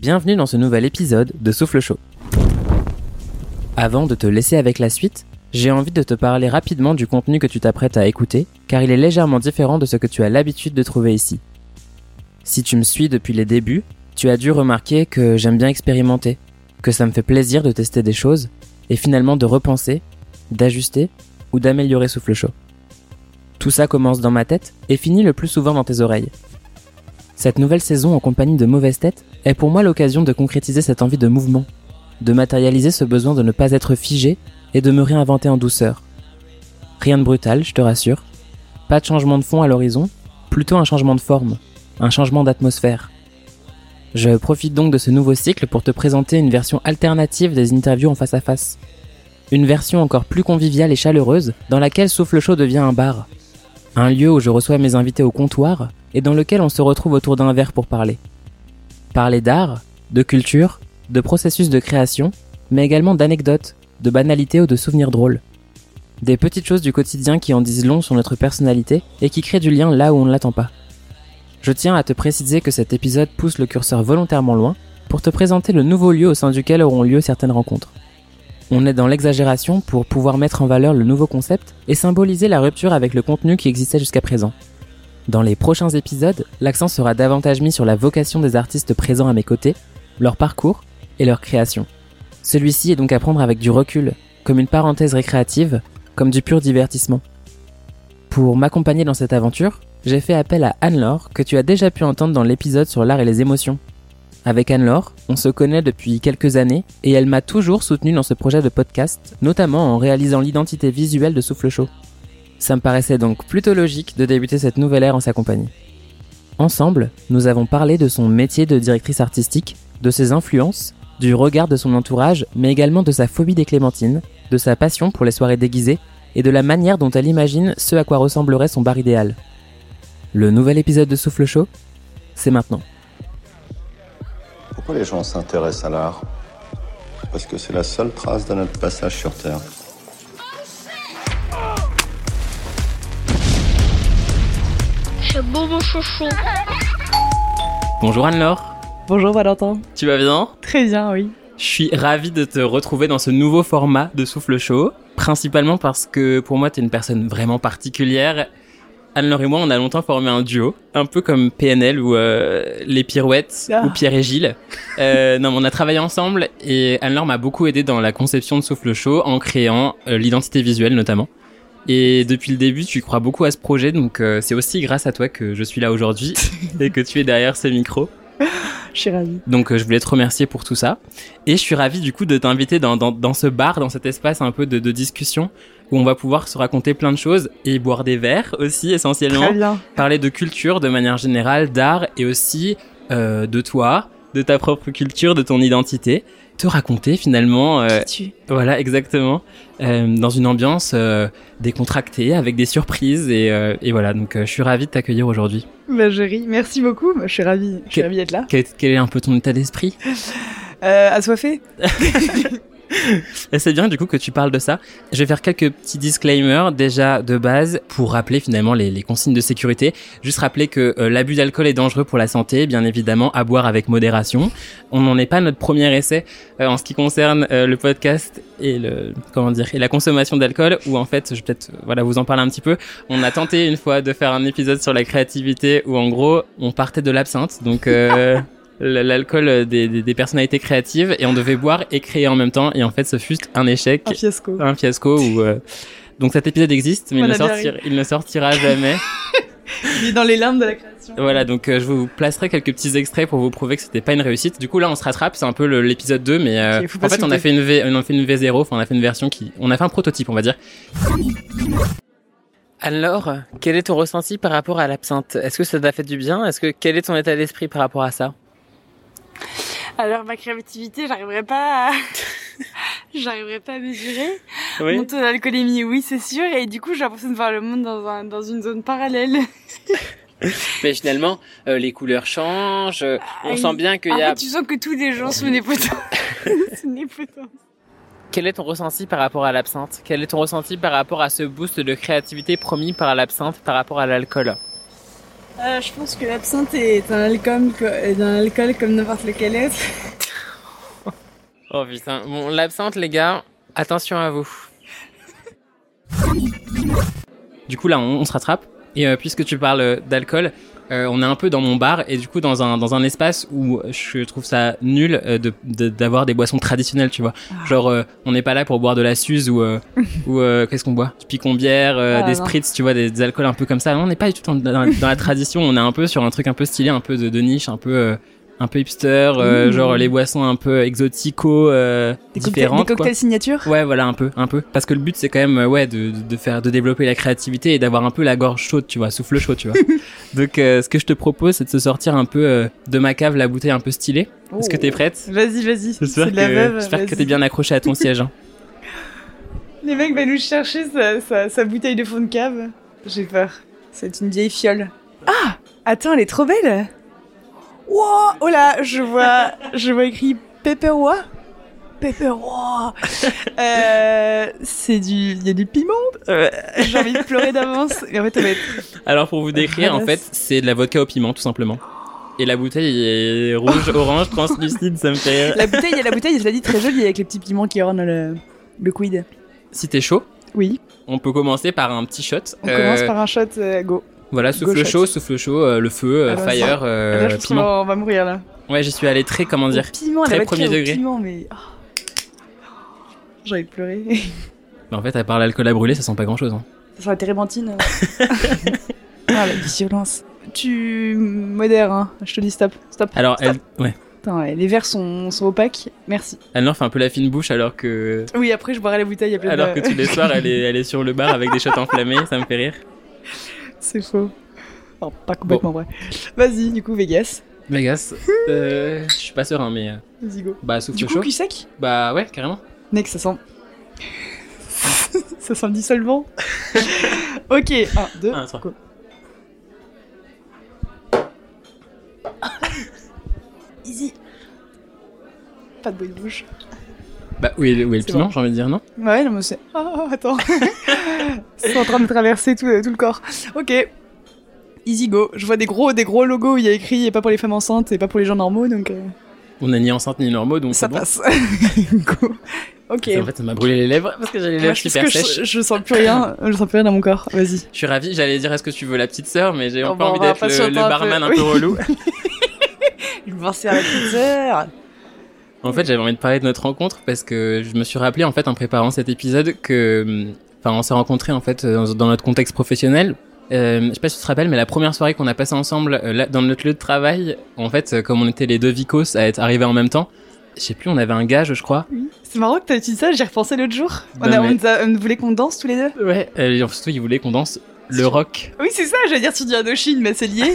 Bienvenue dans ce nouvel épisode de Souffle Chaud. Avant de te laisser avec la suite, j'ai envie de te parler rapidement du contenu que tu t'apprêtes à écouter, car il est légèrement différent de ce que tu as l'habitude de trouver ici. Si tu me suis depuis les débuts, tu as dû remarquer que j'aime bien expérimenter, que ça me fait plaisir de tester des choses, et finalement de repenser, d'ajuster ou d'améliorer Souffle Chaud. Tout ça commence dans ma tête et finit le plus souvent dans tes oreilles. Cette nouvelle saison en compagnie de Mauvaise Tête est pour moi l'occasion de concrétiser cette envie de mouvement, de matérialiser ce besoin de ne pas être figé et de me réinventer en douceur. Rien de brutal, je te rassure. Pas de changement de fond à l'horizon, plutôt un changement de forme, un changement d'atmosphère. Je profite donc de ce nouveau cycle pour te présenter une version alternative des interviews en face à face. Une version encore plus conviviale et chaleureuse dans laquelle Souffle Chaud devient un bar. Un lieu où je reçois mes invités au comptoir et dans lequel on se retrouve autour d'un verre pour parler. Parler d'art, de culture, de processus de création, mais également d'anecdotes, de banalités ou de souvenirs drôles. Des petites choses du quotidien qui en disent long sur notre personnalité et qui créent du lien là où on ne l'attend pas. Je tiens à te préciser que cet épisode pousse le curseur volontairement loin pour te présenter le nouveau lieu au sein duquel auront lieu certaines rencontres. On est dans l'exagération pour pouvoir mettre en valeur le nouveau concept et symboliser la rupture avec le contenu qui existait jusqu'à présent. Dans les prochains épisodes, l'accent sera davantage mis sur la vocation des artistes présents à mes côtés, leur parcours et leur création. Celui-ci est donc à prendre avec du recul, comme une parenthèse récréative, comme du pur divertissement. Pour m'accompagner dans cette aventure, j'ai fait appel à Anne-Laure, que tu as déjà pu entendre dans l'épisode sur l'art et les émotions. Avec Anne-Laure, on se connaît depuis quelques années et elle m'a toujours soutenu dans ce projet de podcast, notamment en réalisant l'identité visuelle de Souffle Chaud. Ça me paraissait donc plutôt logique de débuter cette nouvelle ère en sa compagnie. Ensemble, nous avons parlé de son métier de directrice artistique, de ses influences, du regard de son entourage, mais également de sa phobie des clémentines, de sa passion pour les soirées déguisées et de la manière dont elle imagine ce à quoi ressemblerait son bar idéal. Le nouvel épisode de Souffle Chaud, c'est maintenant. Pourquoi les gens s'intéressent à l'art Parce que c'est la seule trace de notre passage sur Terre. C'est beau mon chouchou. Bonjour Anne-Laure, Bonjour Valentin. tu vas bien Très bien, oui. Je suis ravi de te retrouver dans ce nouveau format de Souffle Chaud, principalement parce que pour moi, tu es une personne vraiment particulière. Anne-Laure et moi, on a longtemps formé un duo, un peu comme PNL ou euh, Les Pirouettes Ah. ou Pierre et Gilles. Euh, non, mais on a travaillé ensemble et Anne-Laure m'a beaucoup aidé dans la conception de Souffle Chaud en créant euh, l'identité visuelle notamment. Et depuis le début, tu crois beaucoup à ce projet, donc euh, c'est aussi grâce à toi que je suis là aujourd'hui et que tu es derrière ce micro. Je suis ravie. Donc euh, je voulais te remercier pour tout ça. Et je suis ravi du coup de t'inviter dans, dans, dans ce bar, dans cet espace un peu de, de discussion où on va pouvoir se raconter plein de choses et boire des verres aussi essentiellement. Très bien. Parler de culture de manière générale, d'art et aussi euh, de toi, de ta propre culture, de ton identité. Te raconter finalement, euh, Tu- voilà exactement, euh, dans une ambiance euh, décontractée avec des surprises et, euh, et voilà. Donc euh, je suis ravi de t'accueillir aujourd'hui. Bah, je ris. Merci beaucoup. Bah, je suis ravie. Je suis Que- ravie d'être là. Quel, quel est un peu ton état d'esprit Euh, assoiffée Et Euh, c'est bien du coup que tu parles de ça. Je vais faire quelques petits disclaimers déjà de base pour rappeler finalement les, les consignes de sécurité. Juste rappeler que euh, l'abus d'alcool est dangereux pour la santé, bien évidemment à boire avec modération. On n'en est pas à notre premier essai euh, en ce qui concerne euh, le podcast et le comment dire et la consommation d'alcool. Où en fait, je vais peut-être euh, voilà vous en parler un petit peu. On a tenté une fois de faire un épisode sur la créativité où en gros on partait de l'absinthe. Donc euh, l- l'alcool euh, des, des, des personnalités créatives et on devait boire et créer en même temps et en fait ce fut un échec, Un fiasco. un fiasco où euh, donc cet épisode existe mais On il ne, l'a bien sortira, il ne sortira jamais. Il est dans les limbes de la création. voilà donc euh, je vous placerai quelques petits extraits pour vous prouver que c'était pas une réussite. Du coup là on se rattrape, c'est un peu le- l'épisode 2 mais euh, Ok, faut pas en fait on a sauter. fait une V on a fait une V0, enfin on a fait une version qui on a fait un prototype on va dire. Alors, quel est ton ressenti par rapport à l'absinthe Est-ce que ça t'a fait du bien Est-ce que quel est ton état d'esprit par rapport à ça Alors ma créativité, j'arriverai pas à... j'arriverai pas à mesurer. Mon taux d'alcoolémie, oui, c'est sûr. Et du coup, j'ai l'impression de voir le monde dans, un, dans une zone parallèle. Mais finalement, euh, les couleurs changent. euh, on Ah, sent il- bien qu'il En y a. fait, tu sens que tous les gens sont des potins. sont des potins. Quel est ton ressenti par rapport à l'absinthe Quel est ton ressenti par rapport à ce boost de créativité promis par l'absinthe par rapport à l'alcool Euh, je pense que l'absinthe est un alcool, co- est un alcool comme n'importe lequel autre. Oh putain. Bon, l'absinthe, les gars, attention à vous. Du coup, là, on, on se rattrape. Et euh, puisque tu parles euh, d'alcool, euh, on est un peu dans mon bar et du coup dans un, dans un espace où je trouve ça nul euh, de- de- d'avoir des boissons traditionnelles, tu vois. Ah. Genre, euh, on n'est pas là pour boire de la suze ou, euh, ou euh, qu'est-ce qu'on boit Du picon-bière, euh, Ah, des non. spritz, tu vois, des, des alcools un peu comme ça. Non, on n'est pas du tout dans, dans- dans la tradition, on est un peu sur un truc un peu stylé, un peu de, de niche, un peu... euh, un peu hipster, euh, Mmh. genre les boissons un peu exotico, euh, Des cocktails, des différentes. quoi. cocktails signature Ouais, voilà, un peu, un peu. Parce que le but, c'est quand même, euh, ouais, de, de- de faire, de développer la créativité et d'avoir un peu la gorge chaude, tu vois, souffle chaud, tu vois. Donc, euh, ce que je te propose, c'est de se sortir un peu euh, de ma cave la bouteille un peu stylée. Est-ce Oh. que t'es prête Vas-y, vas-y. J'espère C'est de la que, veuve. j'espère que vas-y. t'es bien accroché à ton siège. Hein. Les mecs va nous chercher sa, sa- sa bouteille de fond de cave. J'ai peur. C'est une vieille fiole. Ah Attends, elle est trop belle Wow Oh là, je vois, je vois écrit Pepperwa. Pepperwa euh, C'est du... Il y a du piment Euh, J'ai envie de pleurer d'avance. Et en fait, elle va être... Alors, Ah, pour vous décrire, en fait, Radasse. c'est de la vodka au piment, tout simplement. Et la bouteille est rouge, orange, translucide, ça me fait rire. La bouteille, la bouteille, je l'ai dit, très jolie avec les petits piments qui ornent le, le quid. Si t'es chaud, Oui, on peut commencer par un petit shot. on Euh, commence par un shot euh, go. Voilà, souffle Gauchette. chaud, souffle chaud, euh, le feu, euh, Alors, fire, euh, Ah, Là, je pense qu'on piment. va- on va mourir là. Ouais, j'y suis allé très, comment dire, Au piment, Très la vodka premier au degré. piment, mais... oh. J'ai envie de pleurer. Bah, en fait, à part l'alcool à brûler, ça sent pas grand chose. Hein. Ça sent la térébenthine. hein. ah, la violence. Tu modères, hein. Je te dis stop, stop. Alors, elle, ouais, Attends, ouais, les verres sont, sont opaques. Merci. elle leur fait un peu la fine bouche alors que, Oui, après, je boirai la bouteille. y a plein alors de- que tous les soirs, elle est, elle est sur le bar avec des shots enflammés, ça me fait rire. C'est faux. Enfin, pas complètement vrai. Vas-y, du coup, Vegas. Vegas, euh, je suis pas serein, mais euh, Vas-y, go. bah souffle Du chaud. coup, cul sec Bah ouais, carrément. Mec, ça sent. ça sent le dissolvant. ok, 1, 2, Un, trois. go. Easy. Pas de bruit de bouche. Bah où est, où est le C'est piment bon. J'ai envie de dire non. Ouais, non, mais c'est. Ah, attends. c'est en train de traverser tout, tout le corps. Ok. Easy go. Je vois des gros, des gros logos où il y a écrit et pas pour les femmes enceintes et pas pour les gens normaux, donc euh, On n'est ni enceinte ni normaux, donc ça c'est bon. passe. go. Ok. En fait, ça m'a brûlé les lèvres parce que j'ai les Moi, lèvres je, pense super que sèches. je, je sens plus rien, je sens plus rien dans mon corps. Vas-y. Je suis ravi. J'allais dire est-ce que tu veux la petite sœur, mais j'ai Oh, pas bah, on envie va d'être le, patienter le un peu, barman un oui. peu relou. Je vais penser à la pizza. En fait, j'avais envie de parler de notre rencontre parce que je me suis rappelé en fait en préparant cet épisode que, hum, enfin, on s'est rencontrés en fait euh, dans, dans notre contexte professionnel. Euh, je sais pas si tu te rappelles, mais la première soirée qu'on a passée ensemble euh, là, dans notre lieu de travail, en fait, euh, comme on était les deux vicos à être arrivés en même temps, je sais plus, on avait un gage, je crois. C'est marrant que t'as dit ça, j'y ai repensé l'autre jour. On, Non, a, mais- on a- on voulait qu'on danse tous les deux. Ouais. Euh, surtout, ils voulaient qu'on danse le rock. Oui, c'est ça, j'allais dire sur du Indochine, mais c'est lié.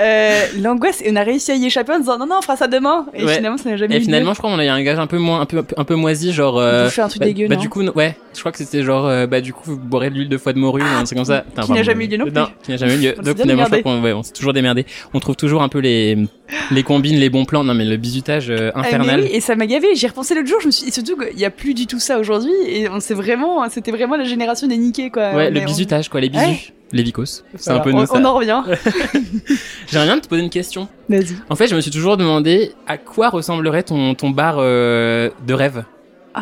Euh, L'angoisse, et on a réussi à y échapper en disant non, non, on fera ça demain. Et Ouais. finalement, ça n'a jamais eu Et lieu. finalement, je crois qu'on a eu un gage un peu moins, un peu, un peu moisi, genre. On euh, peut faire un truc bah, dégueu, bah, non du coup, non- ouais, je crois que c'était genre, euh, bah du coup, vous boirez de l'huile de foie de morue ou un truc comme ça. Putain, Ah, qui pardon. n'a jamais eu lieu non plus. qui n'a jamais eu lieu. On s'est Donc bien finalement, je crois démerdé. qu'on ouais, on s'est toujours démerdé. On trouve toujours un peu les, les combines, les bons plans. Non mais le bisutage euh, Ah, mais infernal. oui, et ça m'a gavé, j'y ai repensé l'autre jour, je me suis et surtout qu'il n'y a plus du tout ça aujourd'hui, et on s'est vraiment, c'était vraiment la génération des niqués, quoi. Ouais, On le est- on- bisutage quoi, les bisous, Ouais. les vicos. C'est Voilà, un peu nous on, ça. on en revient. J'aimerais bien te poser une question. Vas-y. En fait, je me suis toujours demandé à quoi ressemblerait ton ton bar euh, de rêve.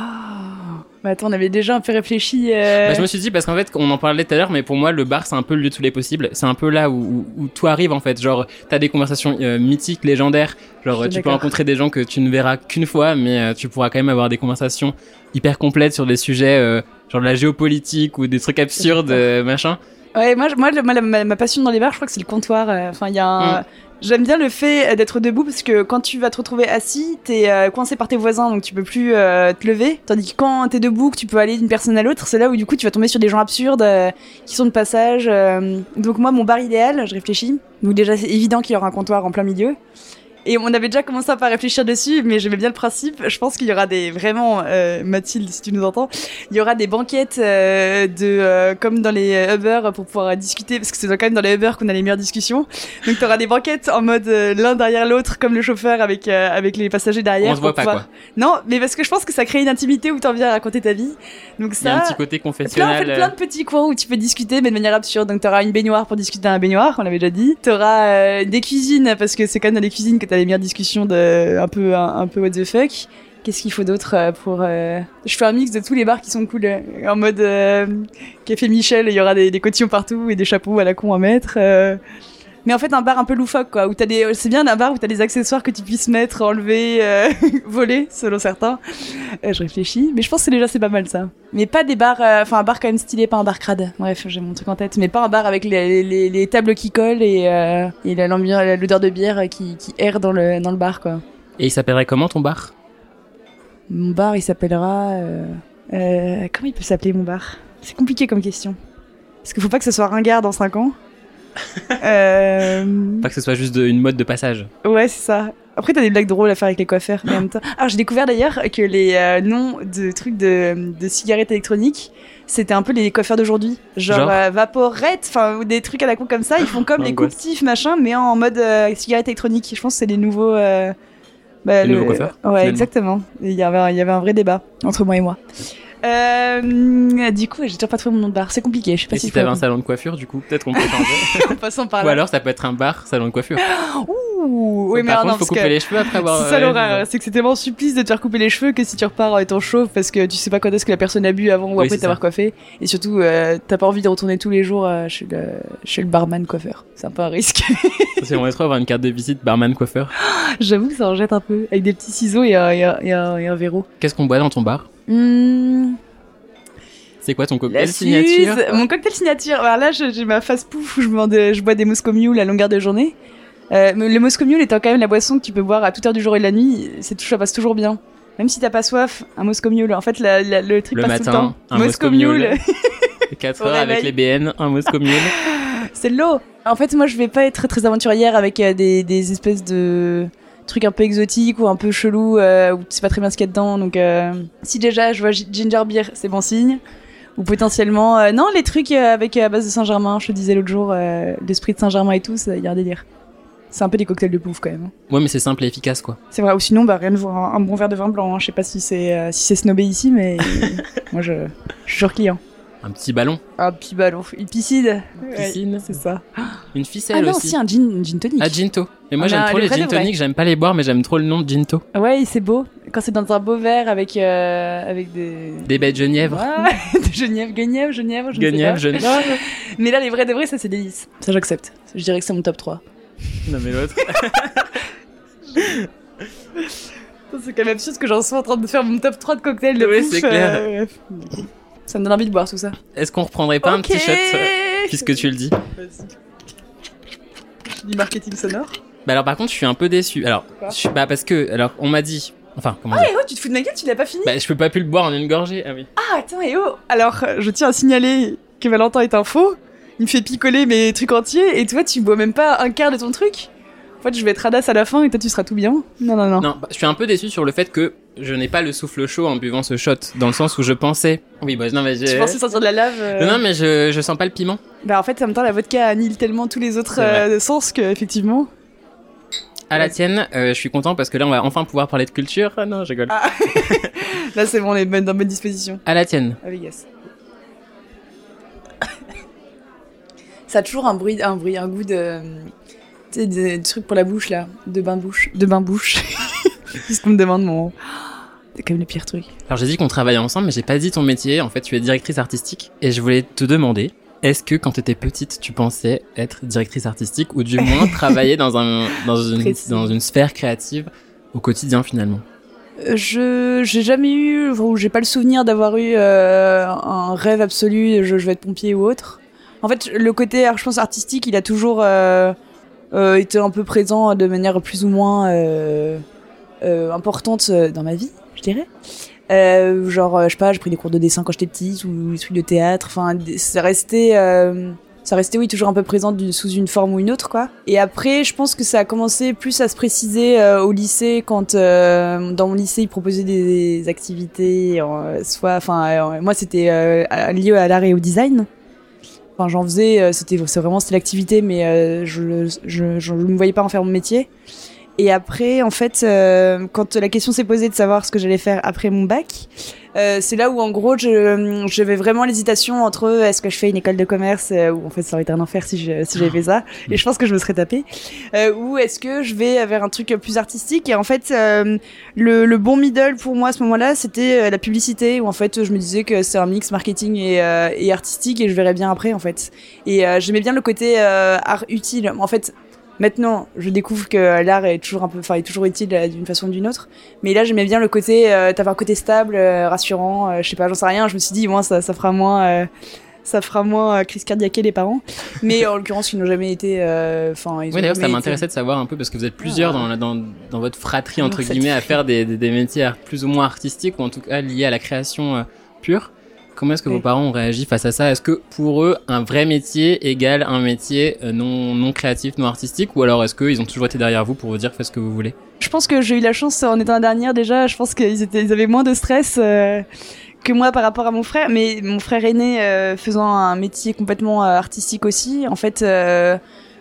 Ah. Mais attends, on avait déjà un peu réfléchi. euh, Bah, je me suis dit parce qu'en fait, on en parlait tout à l'heure, mais pour moi, le bar, c'est un peu le lieu de tous les possibles. C'est un peu là où, où, où tout arrive en fait. Genre, t'as des conversations euh, mythiques, légendaires. Genre, Je suis tu peux d'accord. rencontrer des gens que tu ne verras qu'une fois, mais euh, tu pourras quand même avoir des conversations hyper complètes sur des sujets euh, genre de la géopolitique ou des trucs absurdes, euh, machin. Ouais, moi, je- moi, le- moi, la- ma, ma passion dans les bars, je crois que c'est le comptoir. euh, Enfin, il y a un- J'aime bien le fait euh, d'être debout parce que quand tu vas te retrouver assis, t'es euh, coincé par tes voisins donc tu peux plus euh, te lever. Tandis que quand t'es debout, que tu peux aller d'une personne à l'autre, c'est là où du coup tu vas tomber sur des gens absurdes euh, qui sont de passage. euh. Donc moi, mon bar idéal, je réfléchis. Donc déjà, c'est évident qu'il y aura un comptoir en plein milieu. Et on avait déjà commencé à pas réfléchir dessus, mais j'aimais bien le principe. Je pense qu'il y aura des vraiment, euh, Mathilde, si tu nous entends, il y aura des banquettes euh, de euh, comme dans les Uber pour pouvoir discuter, parce que c'est quand même dans les Uber qu'on a les meilleures discussions. Donc t'auras des banquettes en mode euh, l'un derrière l'autre, comme le chauffeur avec euh, avec les passagers derrière. On se voit pour pas, pouvoir- quoi. Non, mais parce que je pense que ça crée une intimité où t'en viens à raconter ta vie. Donc Il y a ça. un petit côté Plein, en fait, confessionnel. euh. plein de petits coins où tu peux discuter, mais de manière absurde. Donc, t'auras une baignoire pour discuter dans la baignoire, on l'avait déjà dit. T'auras euh, des cuisines, parce que c'est quand même dans les cuisines que t'as les meilleures discussions de un peu, un, un peu what the fuck. Qu'est-ce qu'il faut d'autre euh, pour euh, Je fais un mix de tous les bars qui sont cool, euh, en mode euh, café Michel. Il y aura des, des cotillons partout et des chapeaux à la con à mettre. euh. Mais en fait, un bar un peu loufoque, quoi. Où t'as des, c'est bien un bar où t'as des accessoires que tu puisses mettre, enlever, euh, voler, selon certains. Euh, je réfléchis, mais je pense que déjà c'est pas mal ça. Mais pas des bars, euh, enfin un bar quand même stylé, pas un bar crade. Bref, j'ai mon truc en tête, mais pas un bar avec les, les, les tables qui collent et, euh, et la- l'ambiance, l'odeur de bière qui, qui erre dans le dans le bar quoi. Et il s'appellerait comment ton bar Mon bar, il s'appellera. euh, euh, comment il peut s'appeler mon bar C'est compliqué comme question. Parce qu'il faut pas que ce soit ringard dans 5 ans. euh, Pas que ce soit juste de- une mode de passage. Ouais, c'est ça. Après, t'as des blagues drôles à faire avec les coiffeurs. mais en même temps. Ah, j'ai découvert d'ailleurs que les euh, noms de trucs de, de cigarettes électroniques, c'était un peu les coiffeurs d'aujourd'hui. Genre, Genre euh, Vaporette, enfin, ou des trucs à la con comme ça. Ils font comme les Angoisse. coupes machin, mais en mode euh, cigarette électronique. Je pense que c'est les nouveaux. euh, bah, Les nouveaux coiffeurs, Ouais, finalement. exactement. Il y, avait un, il y avait un vrai débat entre moi et moi. Euh, du coup, j'ai toujours pas trouvé mon nom de bar. C'est compliqué. Je sais pas Et si si il faut- t'avais un salon de coiffure, du coup, peut-être qu'on peut changer. en passant par Ou là. alors ça peut être un bar, salon de coiffure. Ouh, oui, mais Par alors, non, contre, faut parce couper que- les cheveux après avoir. C'est euh, ça ouais, l'horreur, c'est que c'est tellement supplice de te faire couper les cheveux que si tu repars en étant chauve parce que tu sais pas quand est-ce que la personne a bu avant ou Oui, après c'est t'avoir coiffé. Et surtout, euh, t'as pas envie de retourner tous les jours euh, chez, le, chez le barman coiffeur. C'est un peu un risque. C'est on trop avoir une carte de visite barman coiffeur. J'avoue que ça en jette un peu, avec des petits ciseaux et un, et un, et un- et un verrou. Qu'est-ce qu'on boit dans ton bar Hmm, C'est quoi ton la cocktail signature Suze, mon cocktail signature. Alors là, je- j'ai ma face pouf où je, m'en dé- je bois des Moscow Mule à longueur de journée. Euh, mais le Moscow Mule étant quand même la boisson que tu peux boire à toute heure du jour et de la nuit, c'est tout, ça passe toujours bien. Même si t'as pas soif, un Moscow Mule. En fait, la- la- le truc Le passe tout le matin, temps. un Moscow Mule. 4 Au heures avec les réveil. BN, un Moscow Mule. c'est de l'eau. En fait, moi, je vais pas être très aventurière avec euh, des, des espèces de trucs un peu exotiques ou un peu chelous euh, où tu sais pas très bien ce qu'il y a dedans. Donc, euh, si déjà je vois gi- ginger beer, c'est bon signe. Ou potentiellement, euh, non, les trucs euh, avec euh, à base de Saint-Germain. Je te disais l'autre jour, euh, l'esprit de Saint-Germain et tout, ça, il y a un délire. C'est un peu des cocktails de bouffe quand même. hein. Ouais, mais c'est simple et efficace quoi. C'est vrai. Ou sinon, bah rien de voir un, un bon verre de vin blanc. hein. Je sais pas si c'est euh, si c'est snobé ici, mais moi, je, je suis sur client. Un petit ballon, Un petit ballon, une piscine. piscine, Ouais, c'est ça. une ficelle ah non, aussi. si un gin, une gin tonic. Ah, Ginto. Mais moi Ah, j'aime bah, trop le les vrai gin de vrai. tonic, j'aime pas les boire, mais j'aime trop le nom de Ginto. Ouais, et c'est beau quand c'est dans un beau verre avec euh, avec des Des baies de Genièvre. Ouais, de Genièvre, Guenièvre, Genièvre, je ne sais Guenièvre, pas. Genièvre. Mais là, les vrais de vrais, ça c'est délice. Ça j'accepte. Je dirais que c'est mon top 3. Non mais l'autre. C'est quand même absurde que j'en sois en train de faire mon top 3 de cocktail de Ouais, bouffe, c'est clair. euh, bref. ça me donne envie de boire tout ça. Est-ce qu'on reprendrait pas un petit shot euh, Puisque Puisque tu le dis. du marketing sonore. Bah alors par contre, je suis un peu déçu. Alors, Pourquoi je suis- bah parce que alors on m'a dit enfin comment Ah, dire et oh, tu te fous de ma gueule, tu l'as pas fini Bah je peux pas plus le boire en une gorgée. Ah oui. Ah, attends, et oh Alors, euh, je tiens à signaler que Valentin est un faux. Il me fait picoler mes trucs entiers et toi, tu bois même pas un quart de ton truc. En fait, je vais être radasse à la fin et toi, tu seras tout bien. Non, non, non. Non, bah, je suis un peu déçu sur le fait que je n'ai pas le souffle chaud en buvant ce shot dans le sens où je pensais Oui, bah non mais j'ai Tu pensais sortir de la lave euh, Non, non, mais je, je sens pas le piment. Bah, en fait, en même temps, la vodka annihile tellement tous les autres C'est vrai. euh, sens que, effectivement. À la Ouais. tienne, euh, je suis content parce que là, on va enfin pouvoir parler de culture. Ah non, je rigole. Ah. Là, c'est bon, on est bonne- dans bonne disposition. À la tienne. À Vegas. Ça a toujours un bruit, un bruit, un goût de. Tu sais, des trucs pour la bouche là, de bain-bouche. De bain-bouche. C'est ce qu'on me demande, mon. C'est quand même le pire truc. Alors, j'ai dit qu'on travaillait ensemble, mais j'ai pas dit ton métier. En fait, tu es directrice artistique. Et je voulais te demander, est-ce que quand t'étais petite, tu pensais être directrice artistique ou du moins travailler dans, un, dans, une, Précis. dans une sphère créative au quotidien finalement Euh, Je j'ai jamais eu ou j'ai pas le souvenir d'avoir eu euh, un rêve absolu. Je, je vais être pompier ou autre. En fait, le côté, je pense, artistique, il a toujours euh, euh, été un peu présent de manière plus ou moins euh, euh, importante euh, dans ma vie, je dirais. Euh, genre, euh, je sais pas, j'ai pris des cours de dessin quand j'étais petite ou des trucs de théâtre. Enfin, des- ça restait euh, ça restait oui toujours un peu présent d'une- sous une forme ou une autre quoi. Et après, je pense que ça a commencé plus à se préciser euh, au lycée quand euh, dans mon lycée ils proposaient des, des activités, euh, soit enfin euh, moi c'était euh, à- lié à l'art et au design. Enfin j'en faisais, euh, c'était c'est vraiment c'était l'activité, mais euh, je, je, je me voyais pas en faire mon métier. Et après, en fait, euh, quand la question s'est posée de savoir ce que j'allais faire après mon bac, euh, c'est là où en gros je j'avais vraiment l'hésitation entre euh, est-ce que je fais une école de commerce euh, ou en fait ça aurait été un enfer si je- si j'avais fait ça et je pense que je me serais tapé euh, ou est-ce que je vais vers un truc plus artistique et en fait euh, le, le bon middle pour moi à ce moment-là c'était euh, la publicité où en fait je me disais que c'est un mix marketing et, euh, et artistique et je verrais bien après en fait et euh, j'aimais bien le côté euh, art utile en fait Maintenant, je découvre que euh, l'art est toujours un peu, enfin, est toujours utile euh, d'une façon ou d'une autre. Mais là, j'aimais bien le côté, euh, t'avais un côté stable, euh, rassurant, euh, je sais pas, j'en sais rien. Je me suis dit, moi, ça, ça fera moins, euh, ça fera moins euh, crise cardiaque les parents. Mais en l'occurrence, ils n'ont jamais été, euh, enfin, ils ont Oui, d'ailleurs, ça jamais été- m'intéressait de savoir un peu parce que vous êtes plusieurs dans, la- dans, dans votre fratrie, entre Cette guillemets, à faire des, des, des métiers art- plus ou moins artistiques ou en tout cas liés à la création euh, pure. Comment est-ce que vos Oui. parents ont réagi face à ça Est-ce que pour eux, un vrai métier égale un métier euh, non, non créatif, non artistique Ou alors est-ce qu'ils ont toujours été derrière vous pour vous dire faites ce que vous voulez Je pense que j'ai eu la chance en étant la dernière déjà. Je pense qu'ils étaient, ils avaient moins de stress euh, que moi par rapport à mon frère. Mais mon frère aîné euh, faisant un métier complètement euh, artistique aussi, en fait. euh,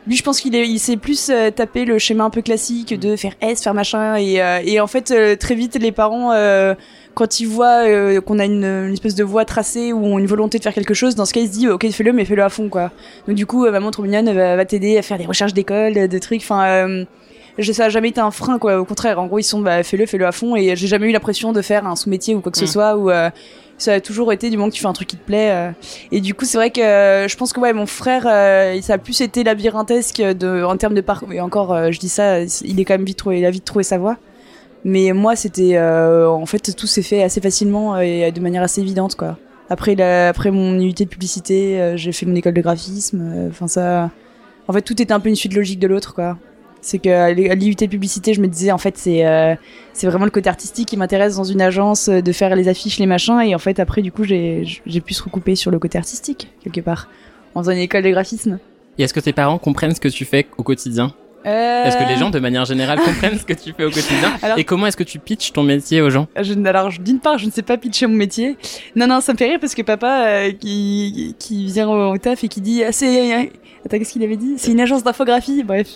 lui, je pense qu'il est- il s'est plus euh, tapé le schéma un peu classique de faire S, faire machin, et, euh, et en fait euh, très vite les parents, euh, quand ils voient euh, qu'on a une, une espèce de voie tracée ou une volonté de faire quelque chose, dans ce cas ils se disent ok fais-le mais fais-le à fond quoi. Donc du coup euh, maman trop mignonne va, va t'aider à faire des recherches d'école, euh, des trucs, enfin euh, je- ça a jamais été un frein quoi au contraire en gros ils sont bah fais-le fais-le à fond et j'ai jamais eu la pression de faire un sous-métier ou quoi que Mm. ce soit ou euh, ça a toujours été du moment que tu fais un truc qui te plaît euh. et du coup c'est vrai que euh, je pense que ouais mon frère euh, ça a plus été labyrinthesque de en termes de parcours et encore euh, je dis ça il est quand même vite trouvé il a vite trouvé sa voie mais moi c'était euh, en fait tout s'est fait assez facilement euh, et de manière assez évidente quoi après la, après mon IUT de publicité euh, j'ai fait mon école de graphisme euh, enfin ça en fait tout était un peu une suite logique de l'autre quoi c'est que à l'I- à l'IUT de publicité, je me disais en fait c'est euh, c'est vraiment le côté artistique qui m'intéresse dans une agence euh, de faire les affiches, les machins et en fait après du coup j'ai j'ai pu se recouper sur le côté artistique quelque part en faisant une école de graphisme. Et est-ce que tes parents comprennent ce que tu fais au quotidien Euh, Est-ce que les gens, de manière générale, comprennent ce que tu fais au quotidien Alors- Et comment est-ce que tu pitches ton métier aux gens Euh, Je, ne- alors, je- d'une part, je ne sais pas pitcher mon métier. Non, non, ça me fait rire parce que papa, euh, qui, qui vient au, au taf et qui dit, ah, c'est, attends, qu'est-ce qu'il avait dit? C'est une agence d'infographie, bref.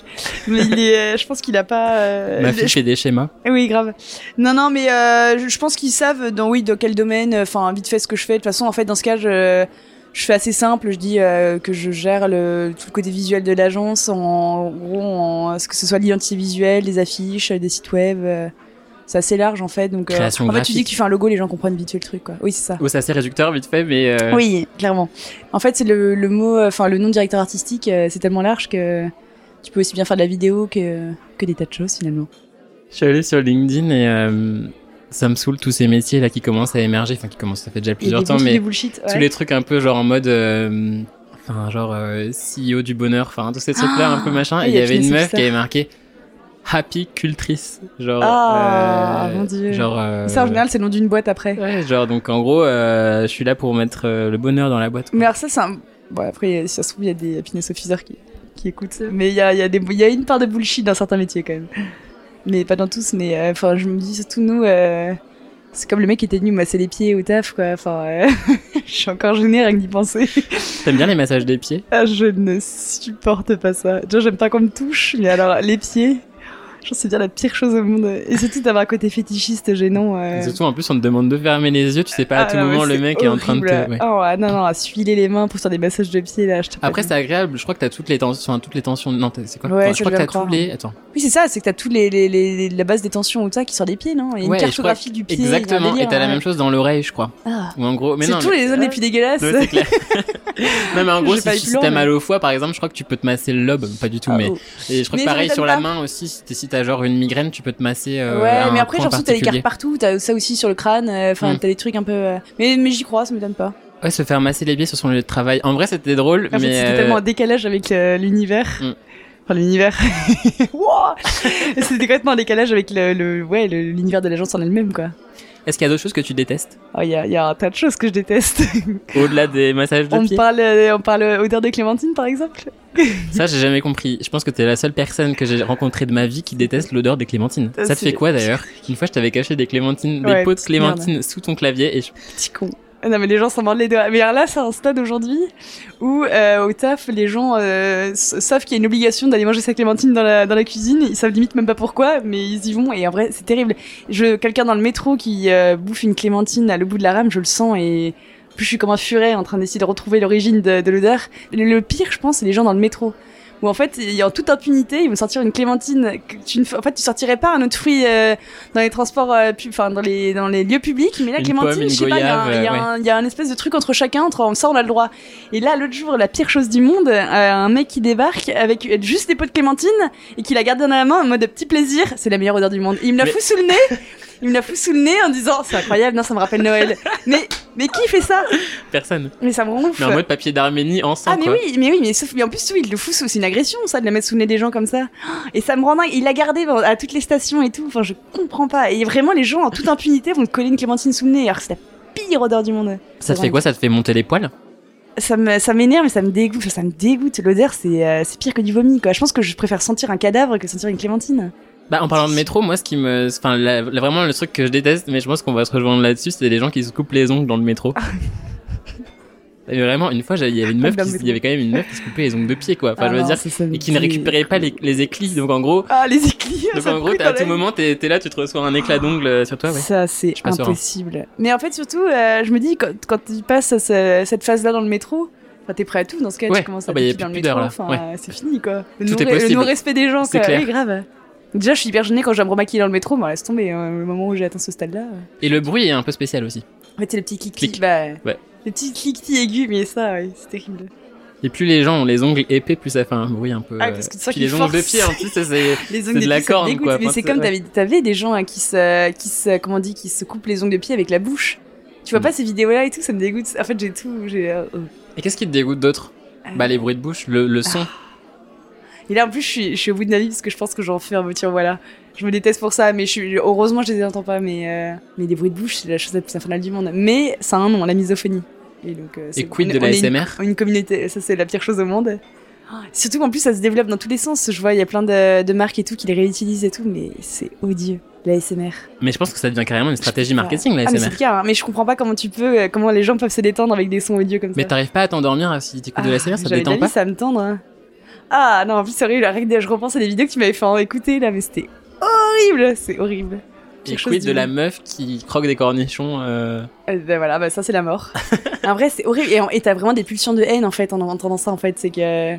Mais il est, euh, je pense qu'il a pas, euh, Ma je- fille fait des schémas. Eh Oui, grave. Non, non, mais euh, je- je pense qu'ils savent dans oui dans quel domaine. euh, Enfin, vite fait ce que je fais. De toute façon, en fait, dans ce cas, je, je fais assez simple. Je dis euh, que je gère le, tout le côté visuel de l'agence, en, en gros, en, ce que ce soit l'identité visuelle, des affiches, des sites web. euh, c'est assez large en fait. Donc, euh, Création en fait, tu dis graphique. que tu fais un logo, les gens comprennent vite fait le truc, quoi. Oui, c'est ça. Oh, c'est assez réducteur, vite fait, mais. euh, Oui, clairement. En fait, c'est le, le mot, euh, enfin, le nom de directeur artistique, euh, c'est tellement large que tu peux aussi bien faire de la vidéo que, que des tas de choses finalement. Je suis allé sur LinkedIn et euh, ça me saoule tous ces métiers là qui commencent à émerger, enfin qui commencent, ça fait déjà Il y a plusieurs des temps, bullshit, des mais bullshit, tous ouais. les trucs un peu genre en mode, euh, enfin genre euh, CEO du bonheur, enfin tous ces trucs là un peu machin. Ah, Et il y il y a avait une Phineas meuf Hipster. qui avait marqué Happy Cultrice, genre. Ah, mon Dieu. Genre. euh, Ça, en général, c'est le nom d'une boîte après. Ouais, genre donc en gros, euh, je suis là pour mettre euh, le bonheur dans la boîte. quoi. Mais alors, ça, c'est un. Bon, après, si ça se trouve, il y a des happiness officers qui, qui écoutent. Mais il y a, il y, a des- il y a une part de bullshit dans certains métiers quand même. Mais pas dans tous, mais euh, enfin, je me dis surtout nous. euh, C'est comme le mec qui était venu me masser les pieds au taf, quoi. Enfin, euh, je suis encore gênée rien que d'y penser. T'aimes bien les massages des pieds Ah, je ne supporte pas ça. Déjà, j'aime pas qu'on me touche, mais alors, les pieds, j'en sais bien la pire chose au monde. Et surtout d'avoir un côté fétichiste gênant. euh, Surtout en plus, on te demande de fermer les yeux, tu sais pas à Ah tout non, moment mais le c'est mec est en train de te. horrible. ouais. Ah ouais, non, non, à se filer les mains pour faire des massages de pied, là, je te Après, préviens. c'est agréable. Je crois que t'as toutes les tensions. enfin, Toutes les tensions. Non, t'as- c'est quoi Ouais, Attends, Je ça crois que doit t'as le hein. croire. tous les. Attends. Oui, c'est ça, c'est que t'as tous les, les, les- la base des tensions ou ça qui sort des pieds, non Il y a une Ouais, je crois cartographie du pied. il y a un Exactement. délire, et t'as la hein. même chose dans l'oreille, je crois. Ah. Ou en gros. Mais C'est non. tous mais... les zones les plus dégueulasses. Ouais, c'est clair. non, mais en gros, J'ai si, pas eu si plus long, t'as mais- mal au foie, par exemple, je crois que tu peux te masser le lobe. Pas du tout, Ah, mais. oh. Et je crois Mais que ça pareil m'étonne sur la pas. main aussi, si t'es- si t'as genre une migraine, tu peux te masser. euh, ouais, à mais un après, point genre, surtout, t'as les particulier. cartes partout, t'as ça aussi sur le crâne, euh, enfin, Hmm. t'as des trucs un peu. euh, Mais, mais j'y crois, ça m'étonne pas. Ouais, se faire masser les pieds sur son lieu de travail. En vrai, c'était drôle, En fait, mais. c'était euh, tellement en décalage avec euh, l'univers. Hmm. Enfin, l'univers. euh, Wouah c'était complètement en décalage avec le, le- ouais, le- l'univers de l'agence en elle-même, quoi. Est-ce qu'il y a d'autres choses que tu détestes Oh, Il y, a- il y a un tas de choses que je déteste. Au-delà des massages de on pieds parle, euh, on parle odeur de clémentine par exemple. Ça, j'ai jamais compris. Je pense que t'es la seule personne que j'ai rencontrée de ma vie qui déteste l'odeur des clémentines. Ça, Ça te c'est- fait quoi d'ailleurs Une fois, je t'avais caché des clémentines, des Ouais, pots de clémentines sous ton clavier et je... Petit con. Ah Non mais les gens s'en mordent les doigts. Mais alors là c'est un stade aujourd'hui où euh, au taf les gens euh, s- savent qu'il y a une obligation d'aller manger sa clémentine dans la, dans la cuisine. Ils savent limite même pas pourquoi mais ils y vont et en vrai c'est terrible. Je quelqu'un dans le métro qui euh, bouffe une clémentine à le bout de la rame je le sens et en plus je suis comme un furet en train d'essayer de retrouver l'origine de, de l'odeur. Le, le pire je pense c'est les gens dans le métro où en fait il y a en toute impunité ils vont sortir une clémentine que tu ne f- en fait tu sortirais pas un autre fruit euh, dans les transports euh, pub- enfin dans les dans les lieux publics mais là Une clémentine pomme, une je sais pas il y a un- goyave, il y a euh, un- il y a un espèce de truc entre chacun entre ça on a le droit et là l'autre jour la pire chose du monde euh, un mec qui débarque avec juste des pots de clémentine et qui la garde dans la main en mode petit plaisir c'est la meilleure odeur du monde il me la Mais- fout sous le nez il me la fout sous le nez en disant c'est incroyable non ça me rappelle Noël mais mais qui fait ça personne. mais ça me rend ouf Mais en mode papier d'Arménie en sang, ah mais quoi. oui, mais oui, mais sauf mais en plus oui, le fou c'est aussi une agression ça de la mettre sous le nez des gens comme ça. Et ça me rend dingue. Il l'a gardé dans- à toutes les stations et tout. Enfin je comprends pas. Et vraiment les gens en toute impunité vont te coller une clémentine sous le nez alors que c'est la pire odeur du monde. Ça te fait vraiment- quoi Ça te fait monter les poils Ça me ça m'énerve et ça me dégoûte. Enfin, ça me dégoûte. L'odeur c'est euh, c'est pire que du vomi quoi. Je pense que je préfère sentir un cadavre que sentir une clémentine. Bah, en parlant de métro, moi, ce qui me, enfin, la- la- vraiment le truc que je déteste, mais je pense qu'on va se rejoindre là-dessus, c'est les gens qui se coupent les ongles dans le métro. Mais vraiment, une fois, j'avais- il y avait une meuf, Dans le qui se- métro. il y avait quand même une meuf qui se coupait les ongles de pied, quoi. Enfin, Ah je veux non, dire, ça, ça me et qui ne dit- récupérait pas les, les éclis. Donc, en gros, Ah les éclis. donc, ça me en gros, coûte t'as- à dans tout la moment, t'es t'es là, tu te reçois un éclat d'ongle euh, sur toi, ouais. Ça, c'est suis pas sûr, hein. impossible. Mais en fait, surtout, euh, je me dis, quand, quand tu passes à ce- cette phase-là dans le métro, enfin, t'es prêt à tout. Dans ce cas, Ouais. tu commences Ah à bah, y a pipi plus dans le de métro. pudeur, là. Enfin, Ouais. euh, c'est fini, quoi. Le Tout est non-re- possible. le non-respect des gens, C'est c'est clair. grave. Déjà, je suis hyper gênée quand je dois me remaquiller dans le métro. Bon, laisse tomber, euh, le moment où j'ai atteint ce stade-là. euh. Et le bruit est un peu spécial aussi. En fait, c'est le petit clic-clic. Clic. Bah, Ouais. Le petit clic-clic aigu, mais ça, ouais, c'est terrible. Et plus les gens ont les ongles épais, plus ça fait un bruit un peu. Ah, euh, parce que c'est ça puis qui les ongles de force. pied, en plus, ça, c'est. Les C'est ongles de de la pied, ça me corne, dégoûte. quoi. Mais Enfin, c'est c'est- comme ouais. t'avais, t'avais des gens hein, qui se, qui se, comment on dit, qui se coupent les ongles de pied avec la bouche. Tu vois Mm. pas ces vidéos-là et tout, ça me dégoûte. En fait, j'ai tout, j'ai. euh, euh, Et qu'est-ce qui te dégoûte d'autre Bah, les bruits de bouche, le, le son. Ah. Et là, en plus, je suis, je suis au bout de ma vie parce que je pense que j'en fais un tiens, voilà. Je me déteste pour ça, mais je suis, heureusement, je les entends pas. Mais, euh, mais les bruits de bouche, c'est la chose la plus infernale du monde. Mais ça a un nom, la misophonie. Et donc, euh, Et c'est- quid on est- de on la est une- SMR Une communauté, ça c'est la pire chose au monde. Ah, Surtout qu'en plus, ça se développe dans tous les sens. Je vois, il y a plein de, de marques et tout qui les réutilisent et tout, mais c'est odieux. La SMR. Mais je pense que ça devient carrément une stratégie marketing, la Ah, mais c'est SMR. le cas, hein. mais je comprends pas comment tu peux, euh, comment les gens peuvent se détendre avec des sons odieux comme ça. Mais t'arrives pas à t'endormir si Ah. t'écoutes de la SMR, ça te j'avais détend envie, pas ça me tendre. hein. Ah non, en plus, sérieux, la règle, je repense à des vidéos que tu m'avais fait en écouter là, mais c'était horrible, c'est horrible. Et Pire chose quid du de la monde. meuf qui croque des cornichons euh, Euh, ben voilà, bah, ça c'est la mort. en vrai, c'est horrible. Et en- Et t'as vraiment des pulsions de haine en fait en entendant ça en fait, c'est que.